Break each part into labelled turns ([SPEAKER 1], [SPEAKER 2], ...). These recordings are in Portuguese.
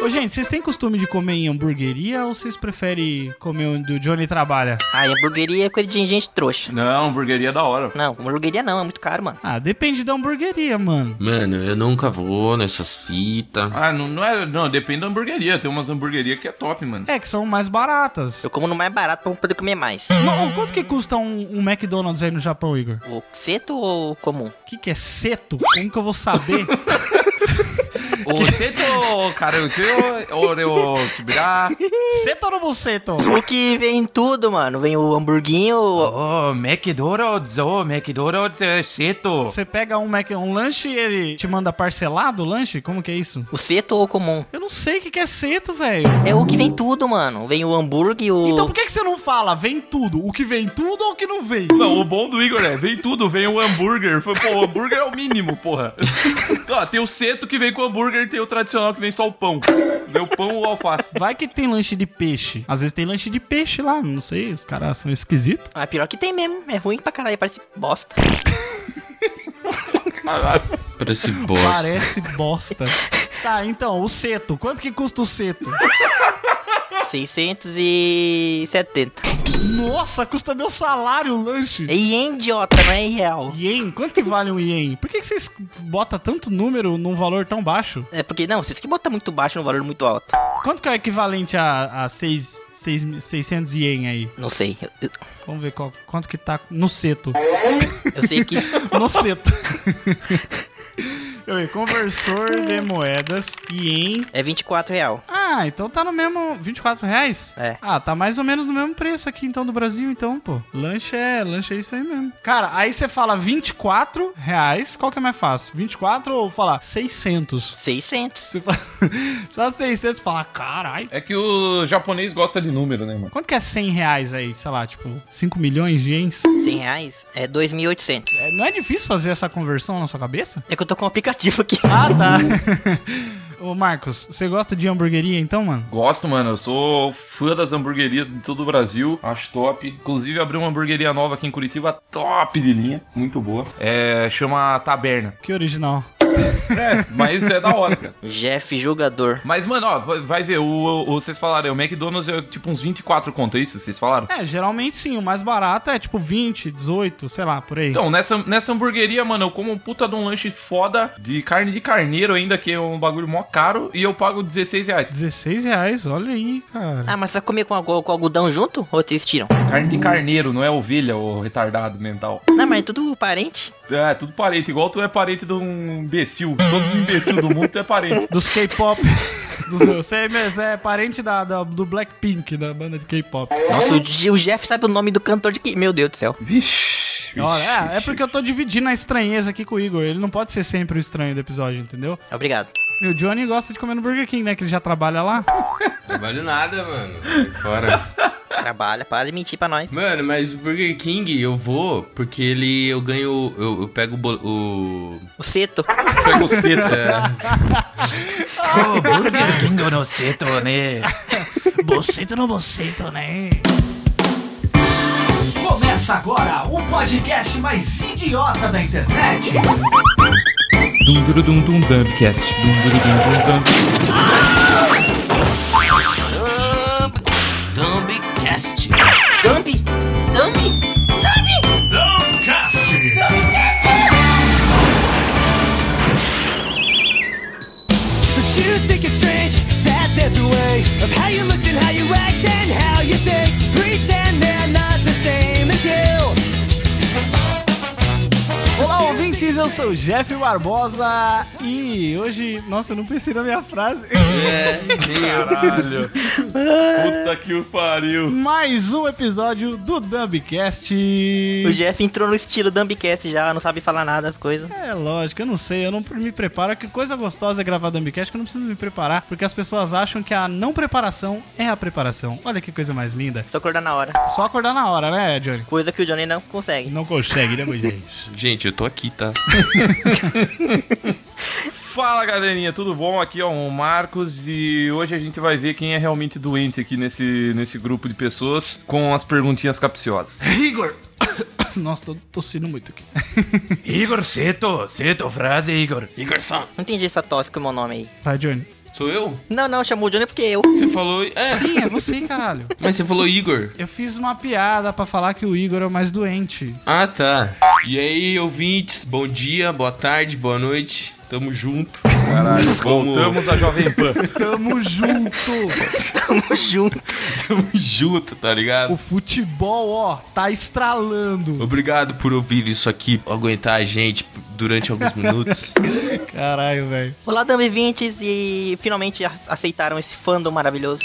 [SPEAKER 1] Ô, gente, vocês têm costume de comer em hamburgueria ou vocês preferem comer onde o Johnny trabalha?
[SPEAKER 2] Ah, e hamburgueria é coisa de gente trouxa.
[SPEAKER 3] Não, hamburgueria é da hora.
[SPEAKER 2] Não, hamburgueria não, é muito caro, mano.
[SPEAKER 1] Ah, depende da hamburgueria, mano.
[SPEAKER 4] Mano, eu nunca vou nessas fitas.
[SPEAKER 3] Ah, não, não é. Não, depende da hamburgueria. Tem umas hamburguerias que é top, mano.
[SPEAKER 1] É, que são mais baratas.
[SPEAKER 2] Eu como no mais barato pra poder comer mais.
[SPEAKER 1] Não, quanto que custa um, um McDonald's aí no Japão, Igor?
[SPEAKER 2] O seto ou o comum?
[SPEAKER 1] O que, que é seto? Como que eu vou saber?
[SPEAKER 3] O seto, tá, cara, o seu, o tibirá.
[SPEAKER 1] seto ou não vou seto?
[SPEAKER 2] O que vem em tudo, mano. Vem o hamburguinho, o-
[SPEAKER 3] Oh, McDonald's, oh, McDonald's é seto.
[SPEAKER 1] Você pega um, Mac, um lanche e ele te manda parcelado o lanche? Como que é isso?
[SPEAKER 2] o seto ou o comum?
[SPEAKER 1] Eu não sei o que, que é seto, velho.
[SPEAKER 2] É o que vem tudo, mano. Vem o hambúrguer, o...
[SPEAKER 1] Então por que, que você não fala vem tudo? O que vem tudo ou o que não vem?
[SPEAKER 3] Não, o bom do Igor é, vem tudo, vem o hambúrguer. Foi, pô, o hambúrguer é o mínimo, porra. Ó, tem o seto que vem com hambúrguer e tem o tradicional que vem só o pão. Vem o pão ou o alface.
[SPEAKER 1] Vai que tem lanche de peixe. Às vezes tem lanche de peixe lá, não sei, os caras são esquisitos.
[SPEAKER 2] Ah, pior que tem mesmo. É ruim pra caralho, parece bosta.
[SPEAKER 4] Parece bosta.
[SPEAKER 1] Parece bosta. Tá, então, o seto. Quanto que custa o seto?
[SPEAKER 2] 670.
[SPEAKER 1] Nossa, custa meu salário o lanche.
[SPEAKER 2] É ien, idiota, não é real.
[SPEAKER 1] Ien? Quanto que vale um ien? Por que, que vocês botam tanto número num valor tão baixo?
[SPEAKER 2] É porque, não, vocês que botam muito baixo num valor muito alto.
[SPEAKER 1] Quanto que é o equivalente a, a seis, seis, 600 ien aí?
[SPEAKER 2] Não sei. Eu, eu-
[SPEAKER 1] Vamos ver qual- quanto que tá no seto.
[SPEAKER 2] eu sei que.
[SPEAKER 1] No seto. Deixa eu ver, conversor de moedas, ien...
[SPEAKER 2] É 24 real.
[SPEAKER 1] Ah, então tá no mesmo. 24 reais?
[SPEAKER 2] É.
[SPEAKER 1] Ah, tá mais ou menos no mesmo preço aqui então do Brasil, então, pô. Lanche é, lanche é isso aí mesmo. Cara, aí você fala 24 reais, qual que é mais fácil? 24 ou falar 600?
[SPEAKER 2] 600.
[SPEAKER 1] Você fala, você fala 600, você fala, caralho.
[SPEAKER 3] É que o japonês gosta de número, né, mano?
[SPEAKER 1] Quanto que é 100 reais aí? Sei lá, tipo, 5 milhões de ienes?
[SPEAKER 2] 100 reais é 2.800.
[SPEAKER 1] É, não é difícil fazer essa conversão na sua cabeça?
[SPEAKER 2] É que eu tô com um aplicativo aqui.
[SPEAKER 1] Ah, tá. Ô, Marcos, você gosta de hamburgueria então, mano?
[SPEAKER 3] Gosto, mano. Eu sou fã das hamburguerias de todo o Brasil. Acho top. Inclusive, abriu uma hamburgueria nova aqui em Curitiba, top de linha. Muito boa. É, chama Taberna.
[SPEAKER 1] Que original.
[SPEAKER 3] É, mas é da hora, cara.
[SPEAKER 2] Jeff Jogador.
[SPEAKER 3] Mas, mano, ó, vai- vai ver, o, o- o- vocês falaram, o McDonald's é tipo uns 24 conto, é isso? Vocês falaram?
[SPEAKER 1] É, geralmente sim, o mais barato é tipo 20, 18, sei lá, por aí.
[SPEAKER 3] Então, nessa, nessa hamburgueria, mano, eu como um puta de um lanche foda de carne de carneiro ainda, que é um bagulho mó caro, e eu pago 16 reais.
[SPEAKER 1] 16 reais, olha aí, cara.
[SPEAKER 2] Ah, mas vai comer com, algo- com algodão junto? Ou vocês tiram?
[SPEAKER 3] Carne de carneiro, não é ovelha, ô retardado mental.
[SPEAKER 2] Não, mas é tudo parente.
[SPEAKER 3] É, tudo parente, igual tu é parente de um imbecil. Todos os imbecil do mundo tu é parente.
[SPEAKER 1] Dos K-pop. dos- Você é, mesmo- você é parente da, da- do Blackpink, da banda de K-pop.
[SPEAKER 2] Nossa, o, Je- o Jeff sabe o nome do cantor de que. Meu Deus do céu.
[SPEAKER 3] Vixe.
[SPEAKER 1] Olha, é, é porque eu tô dividindo a estranheza aqui com o Igor. Ele não pode ser sempre o estranho do episódio, entendeu?
[SPEAKER 2] Obrigado.
[SPEAKER 1] E o Johnny gosta de comer no Burger King, né? Que ele já trabalha lá.
[SPEAKER 4] Trabalho nada, mano. Sai fora.
[SPEAKER 2] Trabalha, para de mentir pra nós.
[SPEAKER 4] Mano, mas o Burger King eu vou porque ele eu ganho. Eu, eu pego o bol- o.
[SPEAKER 2] O Seto.
[SPEAKER 3] Pega o seta.
[SPEAKER 1] Boceto no boceto, né? Começa agora o podcast mais idiota da internet.
[SPEAKER 3] Dum dum dum dum dumpcast. Dum dum dum dum
[SPEAKER 4] Dumbcast.
[SPEAKER 2] Dump! Dump!
[SPEAKER 5] But you think it's strange that there's a way of how you looked and how you act and how you think. Pretend they're not the same as you.
[SPEAKER 1] Olá, ouvintes, eu sou o Jeff Barbosa e hoje. Nossa, eu não pensei na minha frase.
[SPEAKER 4] É,
[SPEAKER 3] Caralho. Puta que o pariu.
[SPEAKER 1] Mais um episódio do Dumbcast.
[SPEAKER 2] O Jeff entrou no estilo Dumbcast já, não sabe falar nada das coisas.
[SPEAKER 1] É lógico, eu não sei, eu não me preparo. Que coisa gostosa é gravar Dumbcast que eu não preciso me preparar, porque as pessoas acham que a não preparação é a preparação. Olha que coisa mais linda.
[SPEAKER 2] Só acordar na hora.
[SPEAKER 1] Só acordar na hora, né, Johnny?
[SPEAKER 2] Coisa que o Johnny não consegue.
[SPEAKER 1] Não consegue, né, gente?
[SPEAKER 4] Gente, eu tô aqui, tá?
[SPEAKER 3] Fala galerinha, tudo bom? Aqui é o Marcos e hoje a gente vai ver quem é realmente doente aqui nesse, nesse grupo de pessoas com as perguntinhas capciosas.
[SPEAKER 1] Igor! Nossa, tô tossindo muito aqui.
[SPEAKER 3] Igor, seto, seto, frase Igor.
[SPEAKER 4] Igor San.
[SPEAKER 2] Não entendi essa tosse com o meu nome aí.
[SPEAKER 1] Vai, Johnny.
[SPEAKER 4] Sou eu?
[SPEAKER 2] Não, não, chamou o Johnny porque eu.
[SPEAKER 4] Você falou. É,
[SPEAKER 1] Sim, é você, caralho.
[SPEAKER 4] mas você falou Igor.
[SPEAKER 1] Eu fiz uma piada pra falar que o Igor é o mais doente.
[SPEAKER 4] Ah, tá. E aí, ouvintes, bom dia, boa tarde, boa noite. Tamo junto.
[SPEAKER 3] Caralho,
[SPEAKER 4] Como-
[SPEAKER 3] voltamos à Jovem Pan.
[SPEAKER 1] Tamo junto!
[SPEAKER 2] Tamo junto.
[SPEAKER 4] Tamo junto, tá ligado?
[SPEAKER 1] O futebol, ó, tá estralando.
[SPEAKER 4] Obrigado por ouvir isso aqui, aguentar a gente durante alguns minutos.
[SPEAKER 1] Caralho, velho.
[SPEAKER 2] Olá, Dumb 20 e finalmente a- aceitaram esse fandom maravilhoso.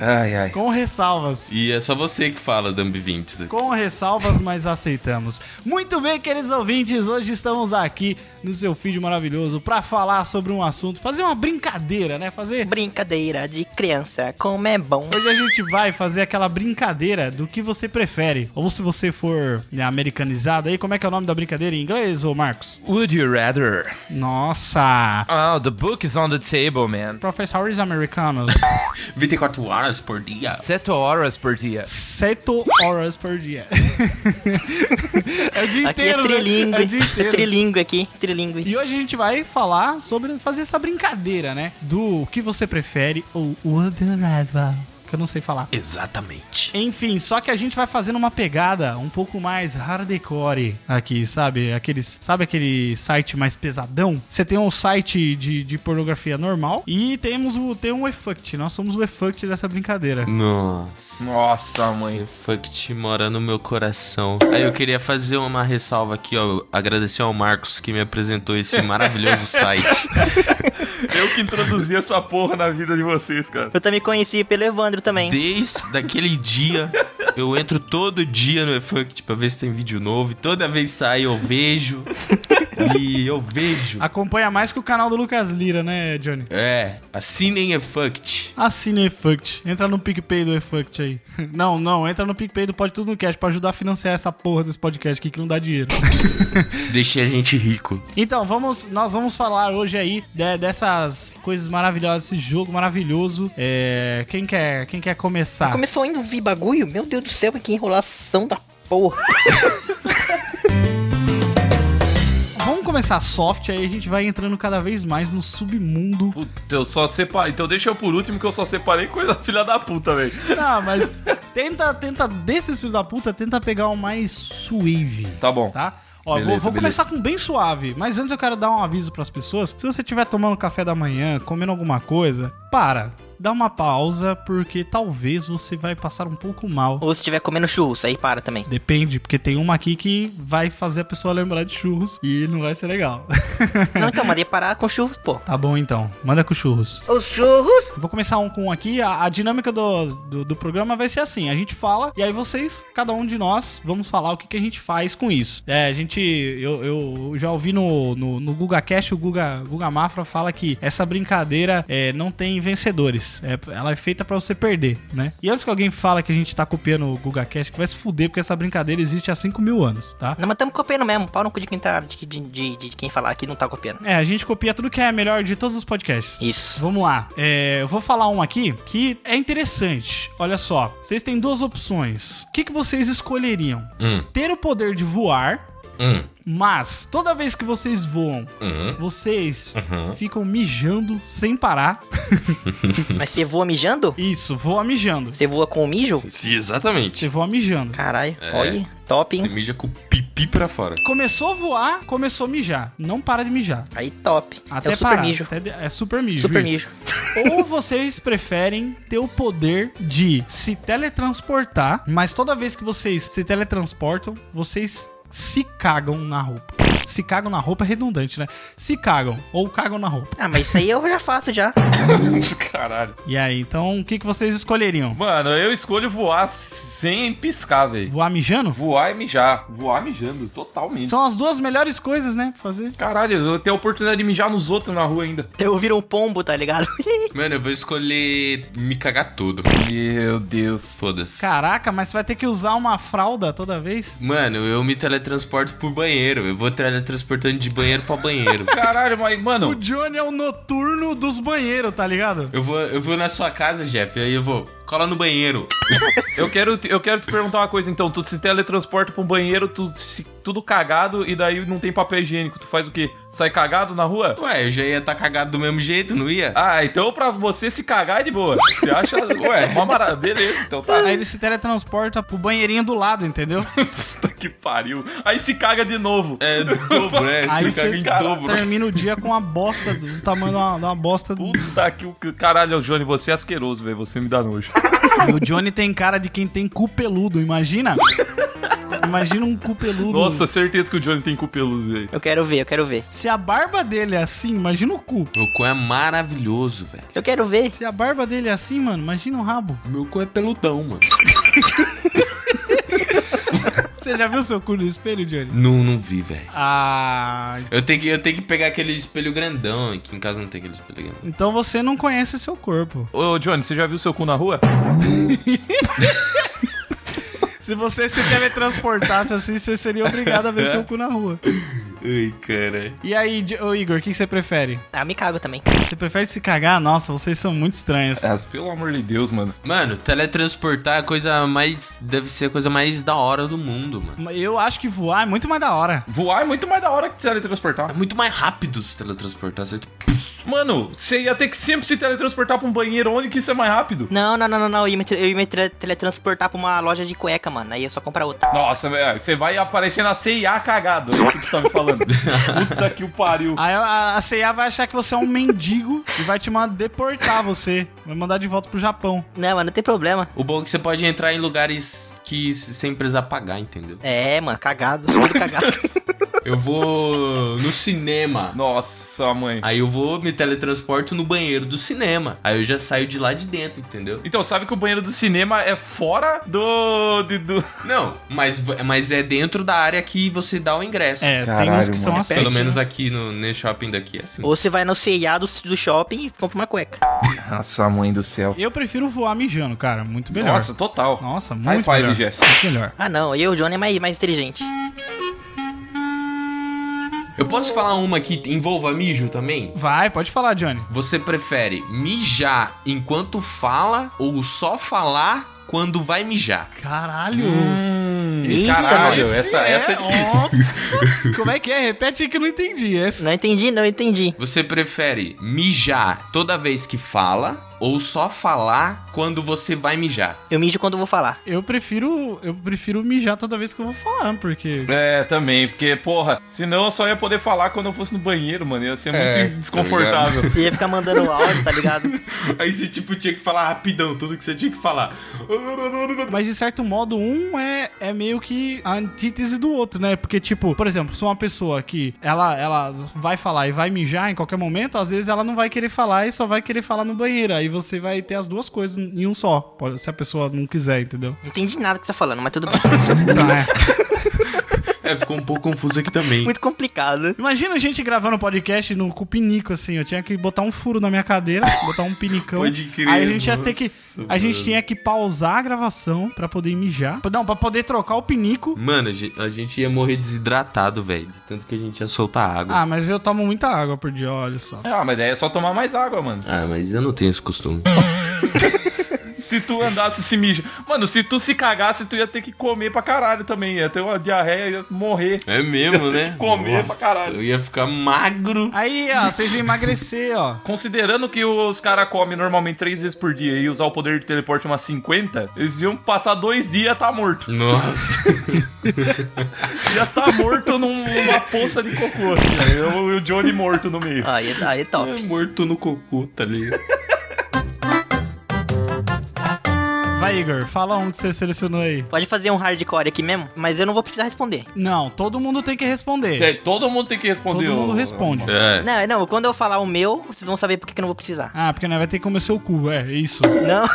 [SPEAKER 3] Ai, ai.
[SPEAKER 1] Com ressalvas.
[SPEAKER 4] e é só você que fala, Dumb 20.
[SPEAKER 1] Com ressalvas, mas aceitamos. Muito bem, queridos ouvintes, hoje estamos aqui no seu feed maravilhoso pra falar sobre um assunto, fazer uma brincadeira, né? Fazer
[SPEAKER 2] Brincadeira de criança, como é bom.
[SPEAKER 1] Hoje a gente vai fazer aquela brincadeira do que você prefere. Ou se você for né, americanizado aí, como é que é o nome da brincadeira em inglês, ô Marcos?
[SPEAKER 3] Would you rather?
[SPEAKER 1] Nossa!
[SPEAKER 3] Oh, the book is on the table, man.
[SPEAKER 1] Professores americanos,
[SPEAKER 4] 24 horas por dia.
[SPEAKER 3] Sete horas por dia.
[SPEAKER 1] 7 horas por dia. é o dia
[SPEAKER 2] Aqui é
[SPEAKER 1] inteiro, né? É
[SPEAKER 2] trilingue.
[SPEAKER 1] o dia
[SPEAKER 2] É
[SPEAKER 1] inteiro.
[SPEAKER 2] trilingue aqui, trilingue.
[SPEAKER 1] E hoje a gente vai falar sobre fazer essa brincadeira, né? Do que você prefere ou would you rather, que eu não sei falar.
[SPEAKER 4] Exatamente.
[SPEAKER 1] Enfim, só que a gente vai fazendo uma pegada um pouco mais hardcore aqui, sabe? Aqueles, sabe aquele site mais pesadão? Você tem um site de, de pornografia normal e temos o, tem um EFUCT. Nós somos o EFUCT dessa brincadeira.
[SPEAKER 4] Nossa.
[SPEAKER 3] Nossa, mãe.
[SPEAKER 4] Fuck te mora no meu coração. Aí eu queria fazer uma ressalva aqui, ó. Agradecer ao Marcos que me apresentou esse maravilhoso site.
[SPEAKER 3] Eu que introduzi essa porra na vida de vocês, cara.
[SPEAKER 2] Eu também conheci pelo Evandro também.
[SPEAKER 4] Desde daquele dia, eu entro todo dia no Effect pra ver se tem vídeo novo. E toda vez que sai, eu vejo. E eu vejo.
[SPEAKER 1] Acompanha mais que o canal do Lucas Lira, né, Johnny?
[SPEAKER 4] É, assinem Effect.
[SPEAKER 1] Assine o EFUCT. Entra no PicPay do EFUCT aí. Não, não, entra no PicPay do Pode Tudo no Cash pra ajudar a financiar essa porra desse podcast aqui que não dá dinheiro.
[SPEAKER 4] Deixei a gente rico.
[SPEAKER 1] Então, vamos, nós vamos falar hoje aí né, dessas coisas maravilhosas, esse jogo maravilhoso. É, quem, quer, quem quer começar?
[SPEAKER 2] Começou ainda ouvir bagulho? Meu Deus do céu, que enrolação da porra.
[SPEAKER 1] Vamos começar soft, aí a gente vai entrando cada vez mais no submundo.
[SPEAKER 3] Puta, eu só separei. Então deixa eu por último que eu só separei coisa filha da puta, velho.
[SPEAKER 1] Tá, mas tenta, tenta, desse filho da puta, tenta pegar o mais suave,
[SPEAKER 3] Tá bom.
[SPEAKER 1] tá? Ó,
[SPEAKER 3] Beleza,
[SPEAKER 1] vou, vou começar
[SPEAKER 3] beleza.
[SPEAKER 1] com bem suave, mas antes eu quero dar um aviso pras pessoas. Se você estiver tomando café da manhã, comendo alguma coisa, para, dá uma pausa, porque talvez você vai passar um pouco mal.
[SPEAKER 2] Ou se estiver comendo churros, aí para também.
[SPEAKER 1] Depende, porque tem uma aqui que vai fazer a pessoa lembrar de churros e não vai ser legal.
[SPEAKER 2] Não, então, mandei parar com churros, pô.
[SPEAKER 1] tá bom então, manda com churros.
[SPEAKER 5] Os churros?
[SPEAKER 1] Vou começar um com um aqui. A, a dinâmica do, do, do programa vai ser assim: a gente fala e aí vocês, cada um de nós, vamos falar o que, que a gente faz com isso. É, a gente. Eu, eu já ouvi no, no, no GugaCast, o Guga, Guga Mafra fala que essa brincadeira é, não tem vencedores. É, ela é feita pra você perder, né? E antes que alguém fala que a gente tá copiando o GugaCast, que vai se fuder, porque essa brincadeira existe há 5 mil anos, tá?
[SPEAKER 2] Não, mas tamo copiando mesmo. Pau no cu de quem, tá, de, de- de- de quem falar que não tá copiando.
[SPEAKER 1] É, a gente copia tudo que é melhor de todos os podcasts.
[SPEAKER 2] Isso.
[SPEAKER 1] Vamos lá. É, eu vou falar um aqui que é interessante. Olha só. Vocês têm duas opções. O que, que vocês escolheriam?
[SPEAKER 4] Hum.
[SPEAKER 1] Ter o poder de voar,
[SPEAKER 4] Hum,
[SPEAKER 1] mas toda vez que vocês voam,
[SPEAKER 4] hum.
[SPEAKER 1] vocês
[SPEAKER 4] Uhum.
[SPEAKER 1] ficam mijando sem parar.
[SPEAKER 2] Mas você voa mijando?
[SPEAKER 1] Isso, voa mijando.
[SPEAKER 2] Você voa com o mijo?
[SPEAKER 4] Sim,
[SPEAKER 1] Você
[SPEAKER 4] exatamente.
[SPEAKER 1] voa mijando.
[SPEAKER 2] Caralho, olha, top,
[SPEAKER 4] Você
[SPEAKER 2] hein?
[SPEAKER 4] mija com o pipi pra fora.
[SPEAKER 1] Começou a voar, começou a mijar. Não para de mijar.
[SPEAKER 2] Aí top.
[SPEAKER 1] Até
[SPEAKER 2] é o super
[SPEAKER 1] parar.
[SPEAKER 2] mijo.
[SPEAKER 1] Até de- é super mijo.
[SPEAKER 2] Super
[SPEAKER 1] isso.
[SPEAKER 2] mijo.
[SPEAKER 1] Ou vocês preferem ter o poder de se teletransportar, mas toda vez que vocês se teletransportam, vocês se cagam na roupa. Se cagam na roupa é redundante, né? Se cagam ou cagam na roupa.
[SPEAKER 2] Ah, mas isso aí eu já faço já.
[SPEAKER 3] Caralho.
[SPEAKER 1] E aí, então o que, que vocês escolheriam?
[SPEAKER 3] Mano, eu escolho voar sem piscar, velho.
[SPEAKER 1] Voar mijando?
[SPEAKER 3] Voar e mijar. Voar mijando, totalmente.
[SPEAKER 1] São as duas melhores coisas, né? Pra fazer.
[SPEAKER 3] Caralho, eu vou ter a oportunidade de mijar nos outros na rua ainda.
[SPEAKER 2] Eu viro um pombo, tá ligado?
[SPEAKER 4] Mano, eu vou escolher me cagar todo.
[SPEAKER 3] Meu Deus.
[SPEAKER 4] Foda-se.
[SPEAKER 1] Caraca, mas você vai ter que usar uma fralda toda vez?
[SPEAKER 4] Mano, eu me teletransporto pro banheiro. Eu vou tele- transportando de banheiro pra banheiro.
[SPEAKER 3] Caralho, mas,
[SPEAKER 1] O
[SPEAKER 3] mano.
[SPEAKER 1] Johnny é o noturno dos banheiros, tá ligado?
[SPEAKER 4] Eu vou, eu vou na sua casa, Jeff, aí eu vou. Cola no banheiro.
[SPEAKER 3] Eu quero, te- eu quero te perguntar uma coisa, então. Tu se teletransporta pra um banheiro, tu, se- tudo cagado, e daí não tem papel higiênico. Tu faz o quê? Sai cagado na rua?
[SPEAKER 4] Ué, eu já ia estar cagado do mesmo jeito, não ia?
[SPEAKER 3] Ah, então pra você se cagar é de boa. Você acha.
[SPEAKER 4] Ué.
[SPEAKER 3] Uma maravilha. Beleza, então tá.
[SPEAKER 1] Aí ele se teletransporta pro banheirinho do lado, entendeu?
[SPEAKER 3] Puta que pariu. Aí se caga de novo.
[SPEAKER 4] É dobro, é.
[SPEAKER 1] Aí
[SPEAKER 4] Você caga em
[SPEAKER 3] cara-
[SPEAKER 4] dobro.
[SPEAKER 1] Termina o dia com uma bosta do tamanho de uma, de uma bosta. do-
[SPEAKER 3] Puta que o c- caralho, Johnny, você é asqueroso, velho. Você me dá nojo.
[SPEAKER 1] O Johnny tem cara de quem tem cu peludo, imagina? Imagina um cu peludo.
[SPEAKER 3] Nossa, certeza que o Johnny tem cu peludo, velho.
[SPEAKER 2] Eu quero ver, eu quero ver.
[SPEAKER 1] Se a barba dele é assim, imagina o cu.
[SPEAKER 4] Meu cu é maravilhoso, velho.
[SPEAKER 2] Eu quero ver.
[SPEAKER 1] Se a barba dele é assim, mano, imagina o rabo.
[SPEAKER 4] Meu cu é peludão, mano.
[SPEAKER 1] Você já viu seu cu no espelho, Johnny?
[SPEAKER 4] Não, não vi, velho.
[SPEAKER 1] Ah,
[SPEAKER 4] Eu tenho, que, eu tenho que pegar aquele espelho grandão. Aqui em casa não tem aquele espelho grandão.
[SPEAKER 1] então você não conhece seu corpo.
[SPEAKER 3] Ô, Johnny, você já viu seu cu na rua?
[SPEAKER 1] Se você se teletransportasse assim, você seria obrigado a ver seu cu na rua.
[SPEAKER 4] Ai, cara.
[SPEAKER 1] E aí, Jo- ô, Igor, o que que você prefere?
[SPEAKER 2] Ah, me cago também.
[SPEAKER 1] Você prefere se cagar? Nossa, vocês são muito estranhos.
[SPEAKER 3] Ah, pelo amor de Deus, mano.
[SPEAKER 4] Mano, teletransportar é a coisa mais. Deve ser a coisa mais da hora do mundo, mano.
[SPEAKER 1] Eu acho que voar é muito mais da hora.
[SPEAKER 3] Voar é muito mais da hora que se
[SPEAKER 4] É
[SPEAKER 3] teletransportar.
[SPEAKER 4] muito mais rápido se teletransportar. Você...
[SPEAKER 3] Mano, você ia ter que sempre se teletransportar pra um banheiro onde que isso é mais rápido.
[SPEAKER 2] Não, não, não, não, não. Eu ia me, tra- eu ia me tra- teletransportar pra uma loja de cueca, mano. Aí é só comprar outra.
[SPEAKER 3] Nossa, velho, ah, você vai aparecer na CIA cagado. É isso que você tá me falando. Puta que o pariu.
[SPEAKER 1] Aí a, a CIA vai achar que você é um mendigo e vai te mandar deportar você. Vai mandar de volta pro Japão.
[SPEAKER 2] Não, mano, não tem problema.
[SPEAKER 4] O bom é que você pode entrar em lugares que s- sem precisar pagar, entendeu?
[SPEAKER 2] É, mano, cagado. Tudo cagado.
[SPEAKER 4] Eu vou no cinema.
[SPEAKER 3] Nossa, mãe.
[SPEAKER 4] Aí eu vou, me teletransporto no banheiro do cinema. Aí eu já saio de lá de dentro, entendeu?
[SPEAKER 3] Então, sabe que o banheiro do cinema é fora do. de- do...
[SPEAKER 4] Não, mas, v- mas é dentro da área que você dá o ingresso.
[SPEAKER 1] É, tem
[SPEAKER 3] Caralho,
[SPEAKER 1] uns que são
[SPEAKER 3] mano.
[SPEAKER 1] assim.
[SPEAKER 4] Pelo menos aqui no, nesse shopping daqui é assim.
[SPEAKER 2] Ou você vai no CIA do, do shopping e compra uma cueca.
[SPEAKER 3] Nossa, mãe do céu.
[SPEAKER 1] Eu prefiro voar mijando, cara. Muito melhor.
[SPEAKER 3] Nossa, total.
[SPEAKER 1] Nossa, muito
[SPEAKER 3] High five,
[SPEAKER 1] melhor.
[SPEAKER 3] Jeff.
[SPEAKER 1] Muito melhor.
[SPEAKER 2] Ah, não. Eu e o Johnny é mais, mais inteligente.
[SPEAKER 4] Eu posso falar uma que envolva mijo também?
[SPEAKER 1] Vai, pode falar, Johnny.
[SPEAKER 4] Você prefere mijar enquanto fala ou só falar quando vai mijar?
[SPEAKER 1] Caralho.
[SPEAKER 3] Hum,
[SPEAKER 2] Eita,
[SPEAKER 3] caralho,
[SPEAKER 1] Esse
[SPEAKER 3] essa, essa é difícil.
[SPEAKER 1] Nossa. Como é que é? Repete aí que eu não entendi. Esse...
[SPEAKER 2] Não entendi, não entendi.
[SPEAKER 4] Você prefere mijar toda vez que fala ou só falar quando você vai mijar?
[SPEAKER 2] Eu mijo quando eu vou falar.
[SPEAKER 1] Eu prefiro. Eu prefiro mijar toda vez que eu vou falar, porque.
[SPEAKER 3] É, também, porque, porra, senão eu só ia poder falar quando eu fosse no banheiro, mano. Ia ser muito
[SPEAKER 4] É,
[SPEAKER 3] desconfortável.
[SPEAKER 2] Você ia ficar mandando áudio, tá ligado?
[SPEAKER 4] Aí você tipo tinha que falar rapidão tudo que você tinha que falar.
[SPEAKER 1] Mas de certo modo, um é, é meio que a antítese do outro, né? Porque, tipo, por exemplo, se uma pessoa que ela, ela vai falar e vai mijar em qualquer momento, às vezes ela não vai querer falar e só vai querer falar no banheiro. Aí você vai ter as duas coisas em um só. pode- Se a pessoa não quiser, entendeu? Então,
[SPEAKER 2] Não entendi nada que você tá falando, mas tudo bem.
[SPEAKER 4] É, ficou um pouco confuso aqui também.
[SPEAKER 2] Muito complicado.
[SPEAKER 1] Imagina a gente gravando podcast no, com o pinico, assim. Eu tinha que botar um furo na minha cadeira, botar um pinicão.
[SPEAKER 4] Pode crer,
[SPEAKER 1] Aí a gente ia ter que.
[SPEAKER 4] nossa,
[SPEAKER 1] A gente
[SPEAKER 4] mano.
[SPEAKER 1] tinha que pausar a gravação pra poder mijar. Não, pra poder trocar o pinico.
[SPEAKER 4] Mano, a gen- a gente ia morrer desidratado, velho. De tanto que a gente ia soltar água.
[SPEAKER 1] Ah, mas eu tomo muita água por dia, olha só.
[SPEAKER 3] Ah, mas daí é só tomar mais água, mano.
[SPEAKER 4] Ah, mas eu não tenho esse costume.
[SPEAKER 3] Se tu andasse se mijo. Mano, se tu se cagasse, tu ia ter que comer pra caralho também. Ia ter uma diarreia, ia morrer.
[SPEAKER 4] É mesmo, né?
[SPEAKER 3] comer pra caralho.
[SPEAKER 4] Eu ia ficar magro.
[SPEAKER 1] Aí, ó, vocês iam emagrecer, ó.
[SPEAKER 3] Considerando que os caras comem normalmente três vezes por dia e usar o poder de teleporte umas 50, eles iam passar dois dias e tá morto.
[SPEAKER 4] Nossa.
[SPEAKER 3] Ia tá morto num- numa poça de cocô, assim. ó. Eu e o Johnny morto no meio.
[SPEAKER 2] Aí, aí é top.
[SPEAKER 4] É morto no cocô, tá ligado?
[SPEAKER 1] Vai, Igor, fala um que você selecionou aí.
[SPEAKER 2] Pode fazer um hardcore aqui mesmo, mas eu não vou precisar responder.
[SPEAKER 1] Não, todo mundo tem que responder.
[SPEAKER 3] Tem- Todo mundo tem que responder.
[SPEAKER 1] Todo
[SPEAKER 3] ô-
[SPEAKER 1] mundo responde.
[SPEAKER 4] É.
[SPEAKER 2] Não, não, quando eu falar o meu, vocês vão saber por que que eu não vou precisar.
[SPEAKER 1] Ah, porque nós vai ter que comer seu cu, é, é isso.
[SPEAKER 2] Não.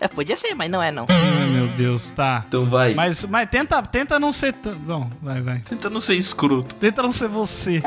[SPEAKER 2] é, podia ser, mas não é não.
[SPEAKER 1] Ai, meu Deus, tá.
[SPEAKER 4] Então vai.
[SPEAKER 1] Mas, mas tenta, tenta não ser. tan- Bom, vai, vai.
[SPEAKER 4] Tenta não ser escroto.
[SPEAKER 1] Tenta não ser você.